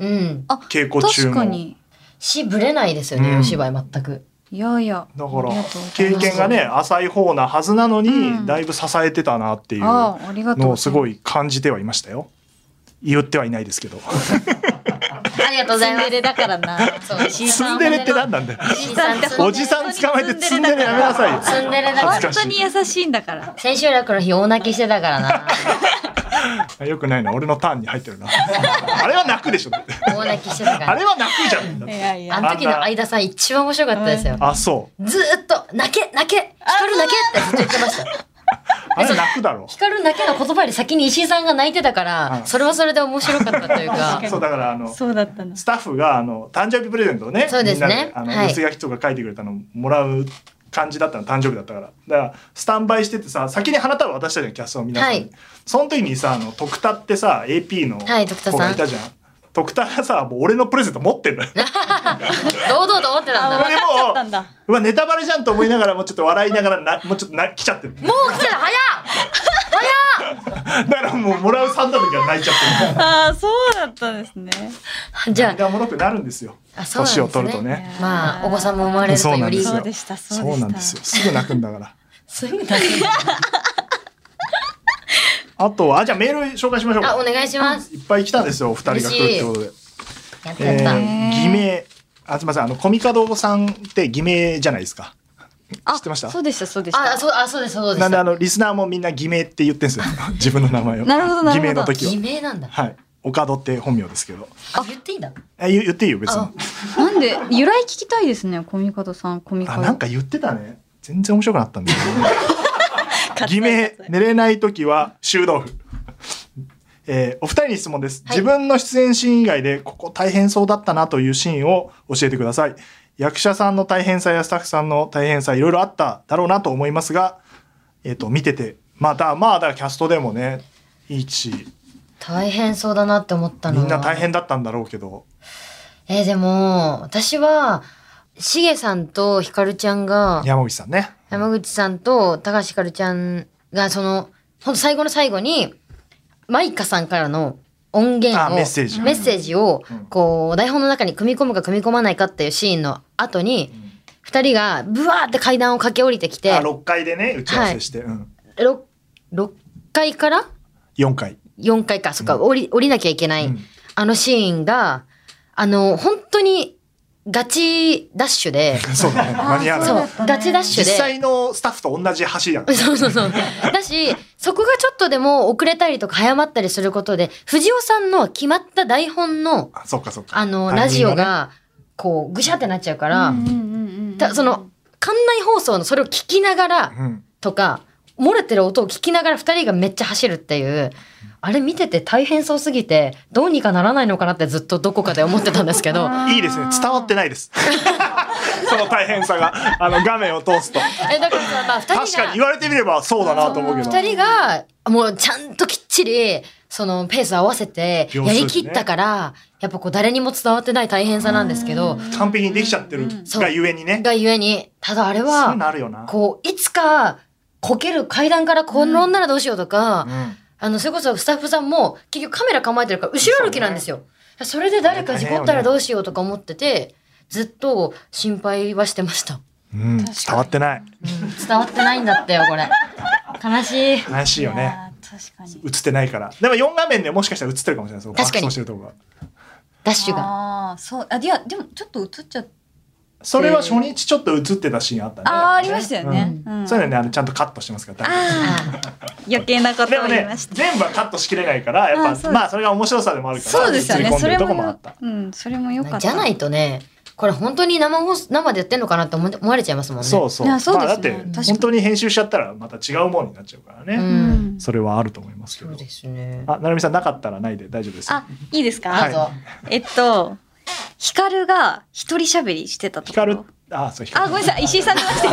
うん。稽古中確もかに。し、ぶれないですよね、うんお芝居全く。いやいや。だかあらりがとうござい経ます験がね浅い方なはずなのに、うんだいぶ支えてたなっていうあのあありがとうをすごいい感じてはいましたよ言ってはいないですけどありがとうございまツす。ンデレだからな そうツンデレって何なんだよ。シーさんおじさん捕まえてツンデレやめなさいよ。ツンデレだか本恥ずら。かしい当に優しいんだから千秋楽の日大泣きしてたから な。あよくないな、俺のターンに入ってるな。あれは泣くでしょ。だって大泣きしてたかあら。れは泣くじゃんみんな。やいあの時の相田さん一番面白かったですよ。あ、そう。ずーっと泣け泣け光る泣けってずっと言ってました。あれ泣くだろ。光る泣けの言葉より先に石井さんが泣いてたかはいら、それはそれで面白かったという か。そうだからあのそうだったのスタッフがあの誕生日プレゼントをね、そうですみねんなであの、はい寄せ書きとか書いてくれたのもらう感じだったの誕生日だったから。だからスタンバイしててさ、先に花束渡したじゃんキャストの皆さんに。はいその時にさ、あの徳田ってさ、AP のはい徳田さん子がいたじゃん。徳田がさ、もう俺のプレゼント持ってん のよ。堂々と思ってたんだ。も俺だったもんだうわネタバレじゃんと思いながらもうちょっと笑いながらなもうちょっとな来ちゃってる。う来てた早っだからもうもらう三度目から泣いちゃってる。ああそうだったんですねじゃ涙もろくなるんですよ。あ、あそうなんです年ね。を取るとね。まあ、お子さんも生まれるとよそり。うそなうんででしたそうでそしたうなんですよ。すぐ泣くんだから。すぐ泣 けるあとはあじゃあメール紹介しましょうあ、か。お願いします。いっぱい来たんですよお二人が来るってことで。やったえやった。ー、偽名あすみませんあのコミカドさんって偽名じゃないですか。あ知ってましたそうでしたそうでしたあ、そう、あ、そうです、そうでなんすで。あのリスナーもみんな偽名って言ってん ですよ自分の名前を。なるほどな偽るほど名の時偽は。名なんだ。はい。岡戸って本名ですけど。あ、言っていいんだ。え言言っていいよ別にあ。なんで由来聞きたいですねコミカドさんコミカあドなんか言ってたね。全然面白くなったん だよ、ね。偽名寝れない時は修道府。えーお二人に質問です、はい自分の出演シーン以外でここ大変そうだったなというシーンを教えてください役者さんの大変さやスタッフさんの大変さいろいろあっただろうなと思いますが、えー、と見ててまあだまあだからキャストでもねいいし大変そうだなって思ったのみは。んな大変だったんだろうけどえーでも、私は、しげさんとひかるちゃんが、山口さんね山口さんと高橋ひかるちゃんが、その、ほんと最後の最後に、マイカさんからの音源あを、メッセージメッセージをうん、こう、台本の中に組み込むか組み込まないかっていうシーンの後に、二人が、ブワーって階段を駆け下りてきてあ、6階でね打ち合わせして、うん、 6, 6階から4階4階か、そっか、降り、降りなきゃいけない、うんあのシーンが、あの、本当に、ガチダッシュ で、 そうだね間に合わないそう、ガチダッシュ実で。際のスタッフと同じ橋 やん。そうそ うそう。だし、そこがちょっとでも遅れたりとか早まったりすることで、藤尾さんの決まった台本の、あ、そうかそうか。あの、タイミングがねラジオが、こう、ぐしゃってなっちゃうから、たその、館内放送のそれを聞きながらうん。とか、漏れてる音を聞きながら二人がめっちゃ走るっていう、あれ見てて大変そうすぎて、どうにかならないのかなってずっとどこかで思ってたんですけど、いいですね。伝わってない です。その大変さが、あの画面を通すと。え、だからさ、まあ二人が。確かに言われてみればそうだなと思うけど。二人がもうちゃんときっちりそのペース合わせて秒や数でねりきったから、やっぱこう誰にも伝わってない大変さなんですけど完璧にできちゃってるそうがゆえにね。がゆえにただあれそういうのはあるよな。こういつかこける階段から転んだらどうしようとか、うんあのそれこそスタッフさんも結局カメラ構えてるから後ろ歩きなんですよ。それで誰か事故ったらどうしようとか思っててずっと心配はしてました。うん。伝わってない。うん伝わってないんだってよこれ悲しい。悲しいよね。あー確かに映ってないから。でも4画面でもしかしたら映ってるかもしれない。その確か爆に走してるとこが。ダッシュがああそうあいやでもちょっと映っちゃったそれは初日ちょっと映ってたシーンあったね。あーありましたよね、ううんそういうのね、あのちゃんとカットしてますから。あ余計なことでをも言いねました、全部はカットしきれないから、やあっーそぱ、うまあ、それが面白さでもあるから。そうですよ映りね込んそでるれとこももあったよ。うんそれも良かったじゃないとねこれ本当に生放送生でやってんのかなって思思われちゃいますもんね。そうそう。いやそうですねまあ、だ確ってかに本当に編集しちゃったらまた違うものになっちゃうからう、ね。うんんそれはあると思いますけそどう。ですね。あ、なるみさんなかったらないで大丈夫ですよ。あいいですか、はどいうぞ。えっと光が一人喋りしてたとこ光ろる。あ、そう光ある。ごめんなさい石井さんじゃな くて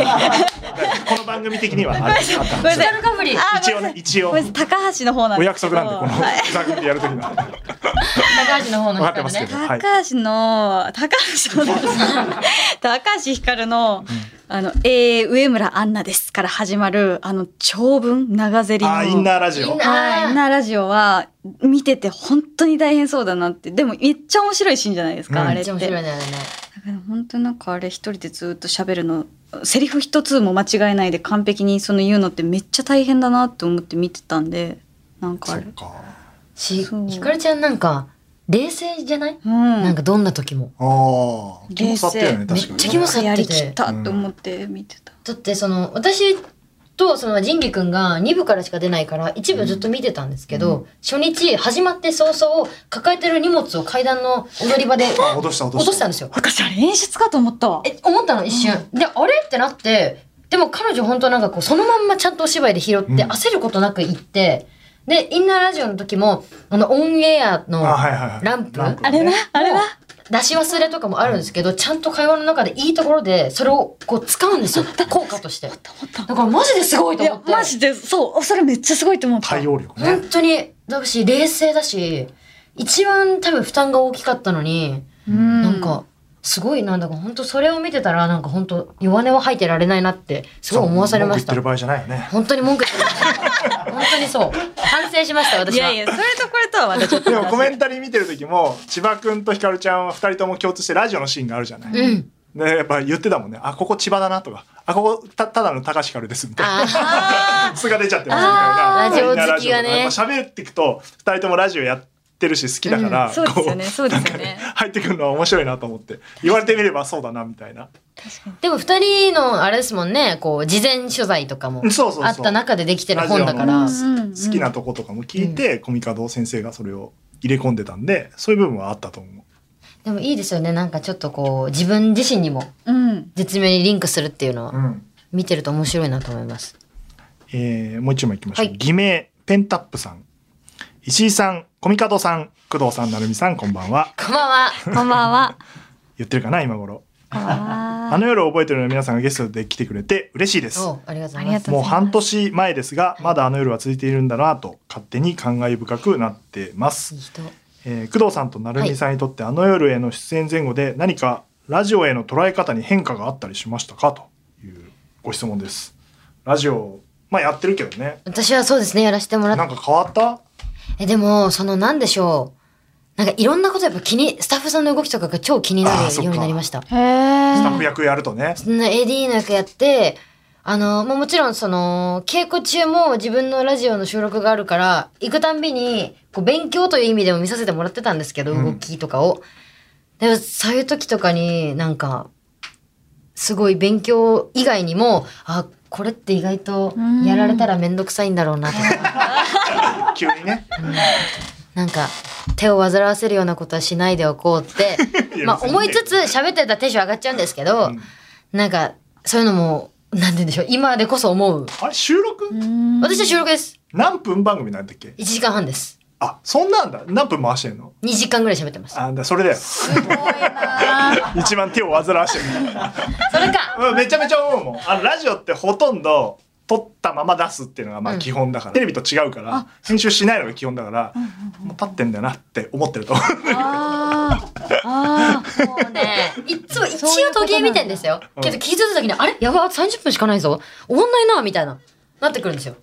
この番組的にはあるあったんでごめんすなよさいかぶりあ一ご応めんなねさい一応ごめんなさい高橋の方なんおです約けど束なんでこのはい番組でやるときは高橋の方の分かってま光すけねど。。はい。高橋の高橋の高橋ひかるの「あのえー、上村アンナです」から始まるあの長文長ゼリのあ、インナーラジイオンナ。ーはい、なラジオは見てて本当に大変そうだなってでもめっちゃ面白いシーンじゃないですか、うんあめれっっちてゃ面白いねあれね。だから本当なんかあれ一人でずっと喋るのセリフ一つも間違えないで完璧にその言うのってめっちゃ大変だなって思って見てたんでなんかそあっれか。しそうひかるちゃんなんか冷静じゃない、うなんんかどんな時も。ああ、気もさったよね、冷確静かに、ね。めっちゃ気もさやりきったと思って見てた、だってその私とその仁義くんが2部からしか出ないから1部ずっと見てたんですけど、初日始まって早々抱えてる荷物を階段の踊り場であ、落とした落とした。落としたんですよ。私あれ演出かと思ったわえ思ったの一瞬。であれってなってでも彼女本当なんかこうそのまんまちゃんとお芝居で拾って、うん焦ることなく行ってでインナーラジオの時もあのオンエアのあ、はいはいはい。ランプねあれなあれな出し忘れとかもあるんですけど、ちゃんと会話の中でいいところでそれをこう使うんですよ効果として。と思っただからマジですごいとい思やって。マジでそうそれめっちゃすごいと思った対応力ね。本当にだし冷静だし一番多分負担が大きかったのに、うんなんかすごいなんだか本当それを見てたらなんか本当弱音を吐いてられないなってすごい思わされまし文句言ってたる場合じゃないよね。本当に文句言ってました本当にそう反省しましたい私はやいやそれとこれとはまたちょっとでもコメンタリー見てる時も千葉くんとひかるちゃんは2人とも共通してラジオのシーンがあるじゃない、うんでやっぱ言ってたもんね「あここ千葉だな」とか「あここたただの高橋ひかるです」みたいなあ素が出ちゃってますみたいなあーラジオ好きがねみんなラジオとかやっぱ喋っていくと2人ともラジオやってるし好きだから、ーそうですよねこそうですようね入ってくるのは面白いなと思って言われてみればそうだなみたいなでも二人のあれですもんねこう事前取材とかもそうそうそうあった中でできてる本だかラらジオの好きなとことかも聞いて、コミカド先生がそれを入れ込んでたんでそういう部分はあったと思でもいいですよねなんかちょっとこう自分自身にもうん絶妙にリンクするっていうのう。うはん見てると面白いなと思いますえーもう一枚いきましょう、はい偽名ペンタップさん石井さんコミカドさん工藤さん成美さんこんばんはこんばんは。こんばんは言ってるかな今頃ああの夜を覚えてるのは皆さんがゲストで来てくれて嬉しいですおありがとうございありまがす。ともう半年前ですがまだあの夜は続いているんだなと勝手に感慨深くなってますいい、人。えー工藤さんと成美さんにとってあの夜への出演前後で何かラジオへの捉え方に変化があったりしましたかというご質問ですラジオまあやってるけどね私はそうですね、やらせてもらなっんか変わったえ、でも、その、なんでしょう。なんかいろんなことやっぱ気に、スタッフさんの動きとかが超気になあーるそっかようになりました。へえスタッフ役やるとね、そんな AD の役やって、あの、もうもちろんその、稽古中も自分のラジオの収録があるから、行くたんびに、こう、勉強という意味でも見させてもらってたんですけど、うん動きとかを。でも、そういう時とかになんか、すごい勉強以外にも、あ、これって意外とやられたらめんどくさいんだろうなとか、急にね。なんか、手を煩わせるようなことはしないでおこうって、 いやまあ別にね思いつつ喋ってたらテンション上がっちゃうんですけど、うんなんか、そういうのも、なんて言うんでしょう、今でこそ思う。あれ収録私は収録です。何分番組なんだっけ1時間半です。あそんなんだ何分回してんの2時間ぐらい喋ってます。あだそれだよ一番手を煩わしてるそれかうんめちゃめちゃ思うもんあのラジオってほとんど撮ったまま出すっていうのがまうあん基本だから、テレビと違うから編集しないのが基本だから、もう立ってんだよなって思ってると思うあーあーもうね、いっつも一そういう応ことなんだ時計見てんですよ。うんけど気づいた時に、あれやばい、あと30分しかないぞ。終わんないな、みたいな。なってくるんですよ。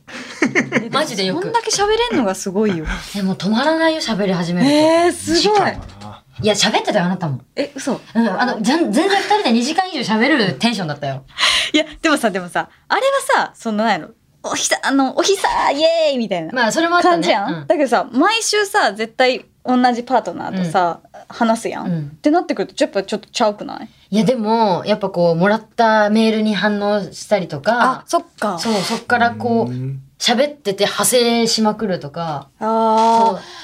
マジでよこんくだ。け喋れんのがすごいよでもう止まらないよ、喋り始めるえー、二す時ごい間だなと。いや、喋ってたよ、あなたも。え嘘うん、あの、全全然二人で2時間以上喋るテンションだったよ。いやでもさでもさあれはさそんなないのおひさあのおひさイエーイみたいなまあ、それもあった感ね。じやん、だけどさ毎週さ絶対同じパートナーとさ、話すやん、うんってなってくるとやっぱちょっとちゃうくないいや、でも、やっぱこう、もらったメールに反応したりとか、そっかそう、そっからこう、ん喋ってて派生しまくるとか、あ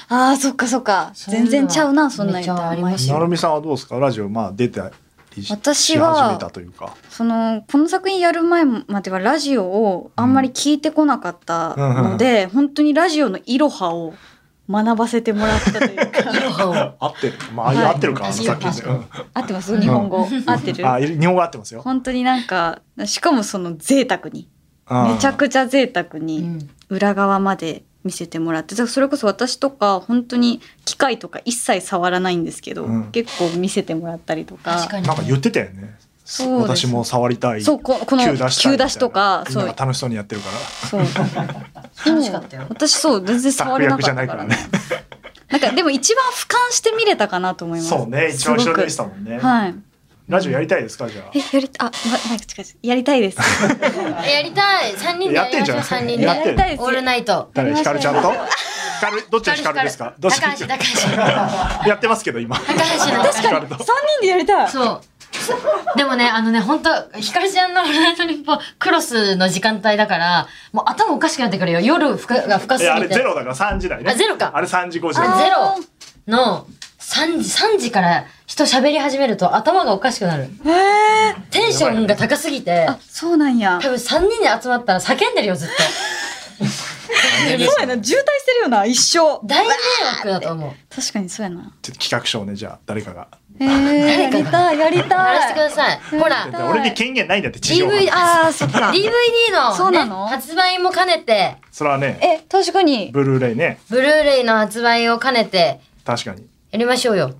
そうーあーそっかそっかそういう全のは然ちゃうなそんなん言っためっちゃあらりま毎す週なるみさんはどうですかラジオまあ出たりし私しは始めたというかそのこの作品やる前まではラジオをあんまり聞いてこなかったので、本当にラジオのイロハを学ばせてもらったというかいろはを合ってるまあ、はい合ってるかあの確さかっにきのうん合ってます日本語合ってるあ日本語合ってますよ本当になんかしかもその贅沢にめちゃちくちゃ贅沢うにん裏側まで見せてもらってだからそれこそ私とか本当に機械とか一切触らないんですけど、うん結構見せてもらったりとか確かに。なんか言ってたよねそうです私も触りたいそうここの急出したい急出しとかみたいなそみんうなが楽しそうにやってるからそう楽しかったよでも私そう全然スタッ触フれな役じかゃなっいたかかららねねなんかでも一番俯瞰して見れたかなと思 いますそうね一番後ろで見てたもんね、すごくはいラジオやりたいですかじゃあえやりたあまマイク近いですやりたいですえやりたい三人でややっりてんまじしゃょんう三人やってで。んいですオールナイト。 誰ひかるちゃんと光るどっちが光るですかどっちが高橋、高橋。 やってますけど今高橋の。確かに三人でやりたい。そう。でもね、あのね、本当ひかるちゃんのオールナイトニッポンクロスの時間帯だから、もう頭おかしくなってくるよ。夜深が深いすぎやて。あれゼロだから3時台ねあゼロかあれ3時5時あだゼロの3時、3時から人喋り始めると頭がおかしくなる。テンションが高すぎて、そうなんや。多分3人で集まったら叫んでるよ、ずっと。そうやな、渋滞してるよな、一生。大迷惑だと思う。確かにそうやな。ちょっと企画書をねじゃあ誰かがええ、やりたい、やり鳴らしたてくい。ださい。ほだら、って俺に権限ないんだって地上波 DVD ああ、そっか DVD の,、ね、そうなの発売も兼ねて、それはねえ、確かに。ブルーレイねブルーレイの発売を兼ねて、確かにやりましょうよ。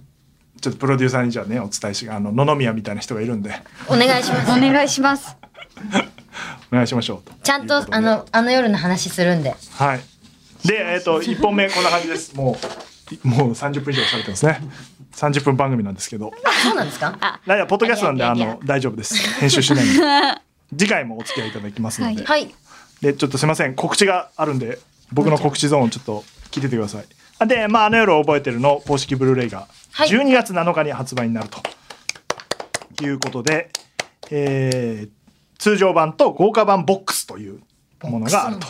ちょっとプロデューサーにじゃあねお伝えしあの野々宮みたいな人がいるんでお願いしまおす。願いします。お願いしましょうとちゃん、いうことであの、あの夜の話するんで。はいでえっ、と1本目こんな感じですもういもう30分以上されてますね30分番組なんですけどそうなんですかいやポッドキャストなんでいやあいやいやの大丈夫です編集しないんで次回もお付き合いいただきますので、はい。でちょっとすいません告知があるんで僕の告知ゾーンをちょっと聞いててくださいあで、まあ、あの夜を覚えてるの公式ブルーレイがはい12月7日に発売になるということで、えー通常版と豪華版ボックスというものがあると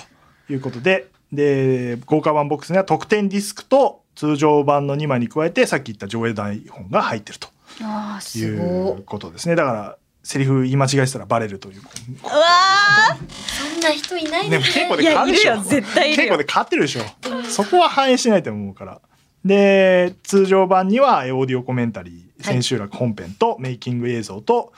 いうことでで豪華版ボックスには特典ディスクと通常版の2枚に加えてさっき言った上映台本が入ってるとああ、いすごうことですねだからセリフ言い間違えてたらバレるといううわあ、そんな人いないね、です稽古でいや勝るでしょいるよ絶対いるよ稽古で勝ってるでしょそこは反映しないと思うからで通常版にはえオーディオコメンタリーはい千秋楽本編とメイキング映像と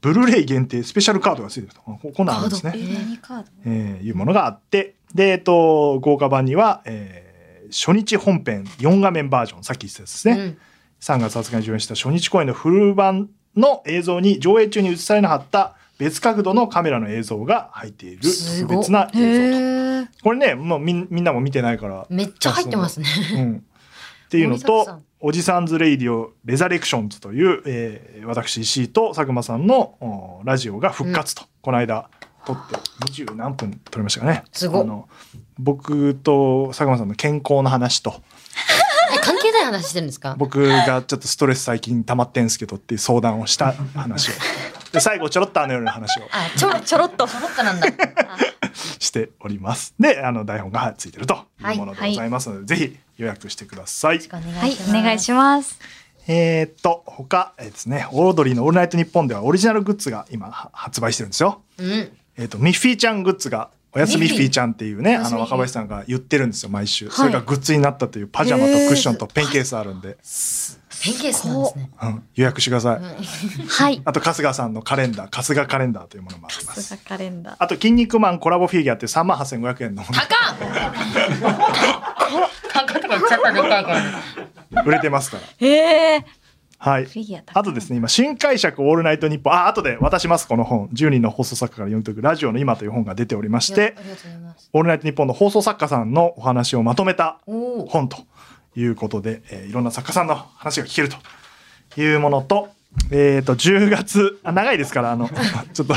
ブルーレイ限定スペシャルカードが付いてるとここんなんあるんですね、カードええ何カード。ーいうものがあってで、えっと、豪華版には、えー初日本編4画面バージョンさっき言ってたやつですね、うん3月20日に上演した初日公演のフル版の映像に上映中に映されなかった別角度のカメラの映像が入っているす特ごっ別な映像と。へえ。これね、もうみんみんなも見てないから。めっちゃ入ってますね。うん、っていうの森迫さとん、おじさんズレイディオレザレクションズという、えー私石井と佐久間さんのおラジオが復活と、この間撮って二十何分撮りましたかね。すごっあの僕と佐久間さんの健康の話と、え、関係ない話してるんですか僕がちょっとストレス最近溜まってんすけどっていう相談をした話を。で最後ちょろっとあの夜の話をあ、ちょろ、ちょろっと。ちょろっとなんだ。しております。で、あの台本がついてるというものではいございますので、ぜひ予約してください。ははい、お願いします。えーっと、他えーですね、オードリーのオールナイトニッポンではオリジナルグッズが今は発売してるんですよ。す。うん。えーっと、ミッフィーちゃんグッズが、おやすみミッフフィーィーちゃんっていうね、おあやすみのフ若ィー林さんが言ってるんですよ、毎週。それがグッズになったというパジャマとクッションとペンケースあるんで、ペンケースなんですね。うん、予約してください。はい。あと、春日さんのカレンダー、春日カレンダーというものもありますさす。がカレンダー。あと、筋肉マンコラボフィギュアっていう3万8500円のもの 高っ高っとか言っちゃったでかいから。売れてますから。へえ。はい。フィギュア高いあとですね、今、新解釈オールナイトニッポン、あ、あとで渡します、この本。10人の放送作家から読み解くラジオの今という本が出ておりましいやてあ、りがとうございます。オールナイトニッポンの放送作家さんのお話をまとめたおー本ということで、えーいろんな作家さんの話が聞けるというものと、えっ、と、10月、あ、長いですから、あの、 ちょっと、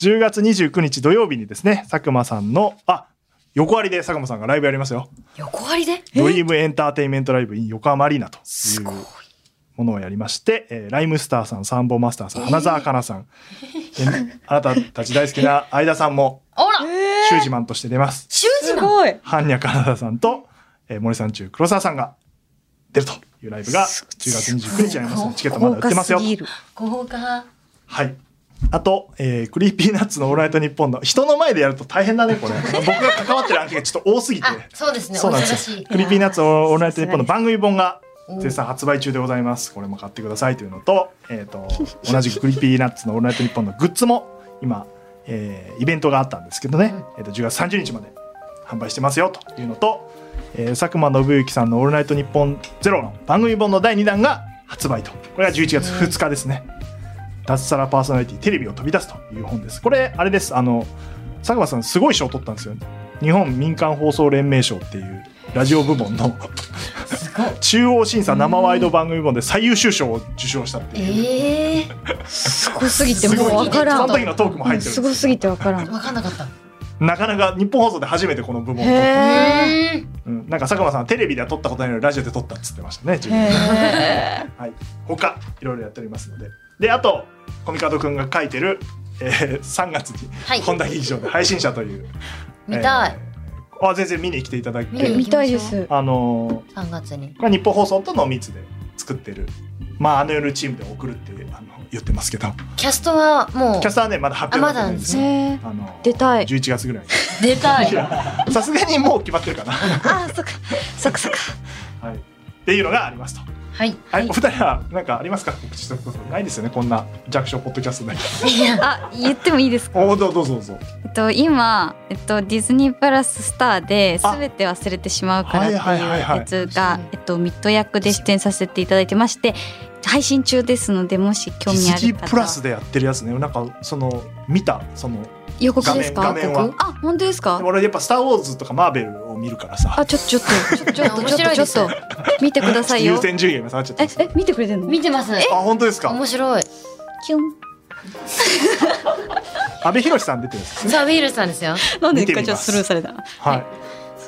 10月29日土曜日にですね、佐久間さんの、あ、横割りで佐久間さんがライブやりますよ。横割りでドリームエンターテインメントライブ in 横浜アリーナというものをやりまして、えーライムスターさん、サンボマスターさん、花澤香菜さん、えあなたたち大好きな相田さんも、あらシュージマンとして出ます。修す士のごい。般若カナダさんと、えー森さん中黒沢さんが出るというライブが10月29日にありますのでチケットまだ売ってますよ豪華。ぎる豪華。はい。あと、えークリーピーナッツのオールナイトニッポンの人の前でやると大変だね、これ。僕が関わってる案件がちょっと多すぎて。あ、そうですね。そおうなん忙ですしよい。。クリーピーナッツオールナイトニッポンの番組本がうん絶賛発売中でございます。これも買ってくださいというのと、えっ、と、同じくクリーピーナッツのオールナイトニッポンのグッズも今、えーイベントがあったんですけどね、えー、と10月30日まで販売してますよというのと、えー佐久間信之さんのオールナイトニッポンゼロの番組本の第2弾が発売と。これが11月2日ですね。脱サラパーソナリティテレビを飛び出すという本です。これあれですあの佐久間さんすごい賞を取ったんですよ。日本民間放送連盟賞っていうラジオ部門の 中央審査生ワイド番組部門で最優秀賞を受賞したっていう。ええすごすぎてすもうごいわからん。その時のトークも入ってるんですすごすぎてわからん。わかんなかった。なかなか日本放送で初めてこの部門を取ったへーうんなんか佐久間さんはテレビでは撮ったことないのにラジオで撮ったっつってましたね自分ではい、他いろいろやっておりますのでであとコミカドくんが書いてる、えー3月にはい本田劇場で配信者という、見たい、えーあ全 然見に来ていただい見に行きましょうて見たいです。あの3月にーまあ、日本放送との密で作ってるまああの夜チームで送るってあの言ってますけどキャストはもうキャスターはねまだ発表になってないんですよ、ねあのー出たい11月ぐらいに出たいいやさすがにもう決まってるかな、あー、そっか、そっか、そっか。はい、っていうのがありますとはいはい、お二人は何かありますか告知したことないですよねこんな弱小ポッドキャストであ、言ってもいいですか。おどうぞどうぞどうぞえっと、今、えっと、ディズニープラススターで、すべて忘れてしまうからってあはいはいはいはいいうやつが、えっと、ミッド役で出演させていただいてまして。配信中ですので、もし興デ味あィズニるープラ方ス。でやってるやつねなんかその見たその予告です画か。面画面はあ、本当ですでかも。俺やっぱ「スター・ウォーズ」とか「マーベル」を見るからさあ、ちょっと、ちょっと、ちょっと、ちょっと、面ちょ白っいと、でちょすっと。見てください優よ。先順位が今下がっちゃったんえです、え、見てくれてんの。見てますあ本当ですか面白いキュン。阿部寛さん出てるんですねザ・ウィールさ んですよなんで見て一みます回ちょっとスルーされたのはい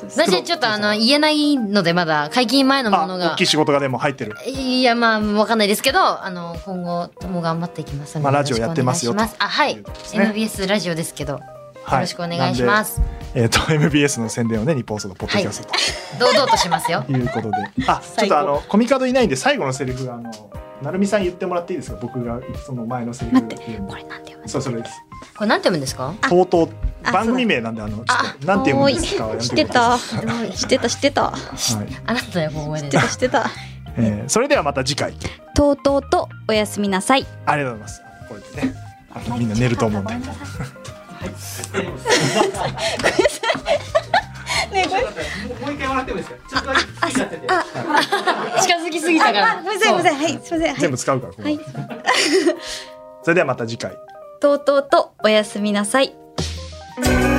私ちょっとあの言えないのでまだ解禁前のものあ大がきい仕事がでも入ってるいやまあわかんないですけどあの今後とも頑張っていきますのでまあラジオやってますよろしくお願いしますあはいいうことですね MBS ラジオですけどよはいろしくお願いしますえっ、と MBS の宣伝をね日本放送のポッドキャストと堂々としますよいうことで、あちょっとあのコミカドいないんで最後のセリフあのなるみさん言ってもらっていいですか僕がその前のセリフ待って言うのこれなんて読む。そうそれですこれなんて読むんですかとうとうあ番組名なんであのちょっとなんて読むんですかはやめ知くっださいてた。知ってた、知ってた。はいあなたよここ知でってた、知ってた。えーそれではまた次回とうとうと、おやすみなさい。ありがとうございますこれでねあのみんな寝ると思うんでもう一回笑ってもいいですか。ちょっとだけ好きになってて。近づきすぎたからあ、すみません、すみません、はい、すみません、は全い部。使うからここはい それではまた次回とうとうとおやすみなさい。 「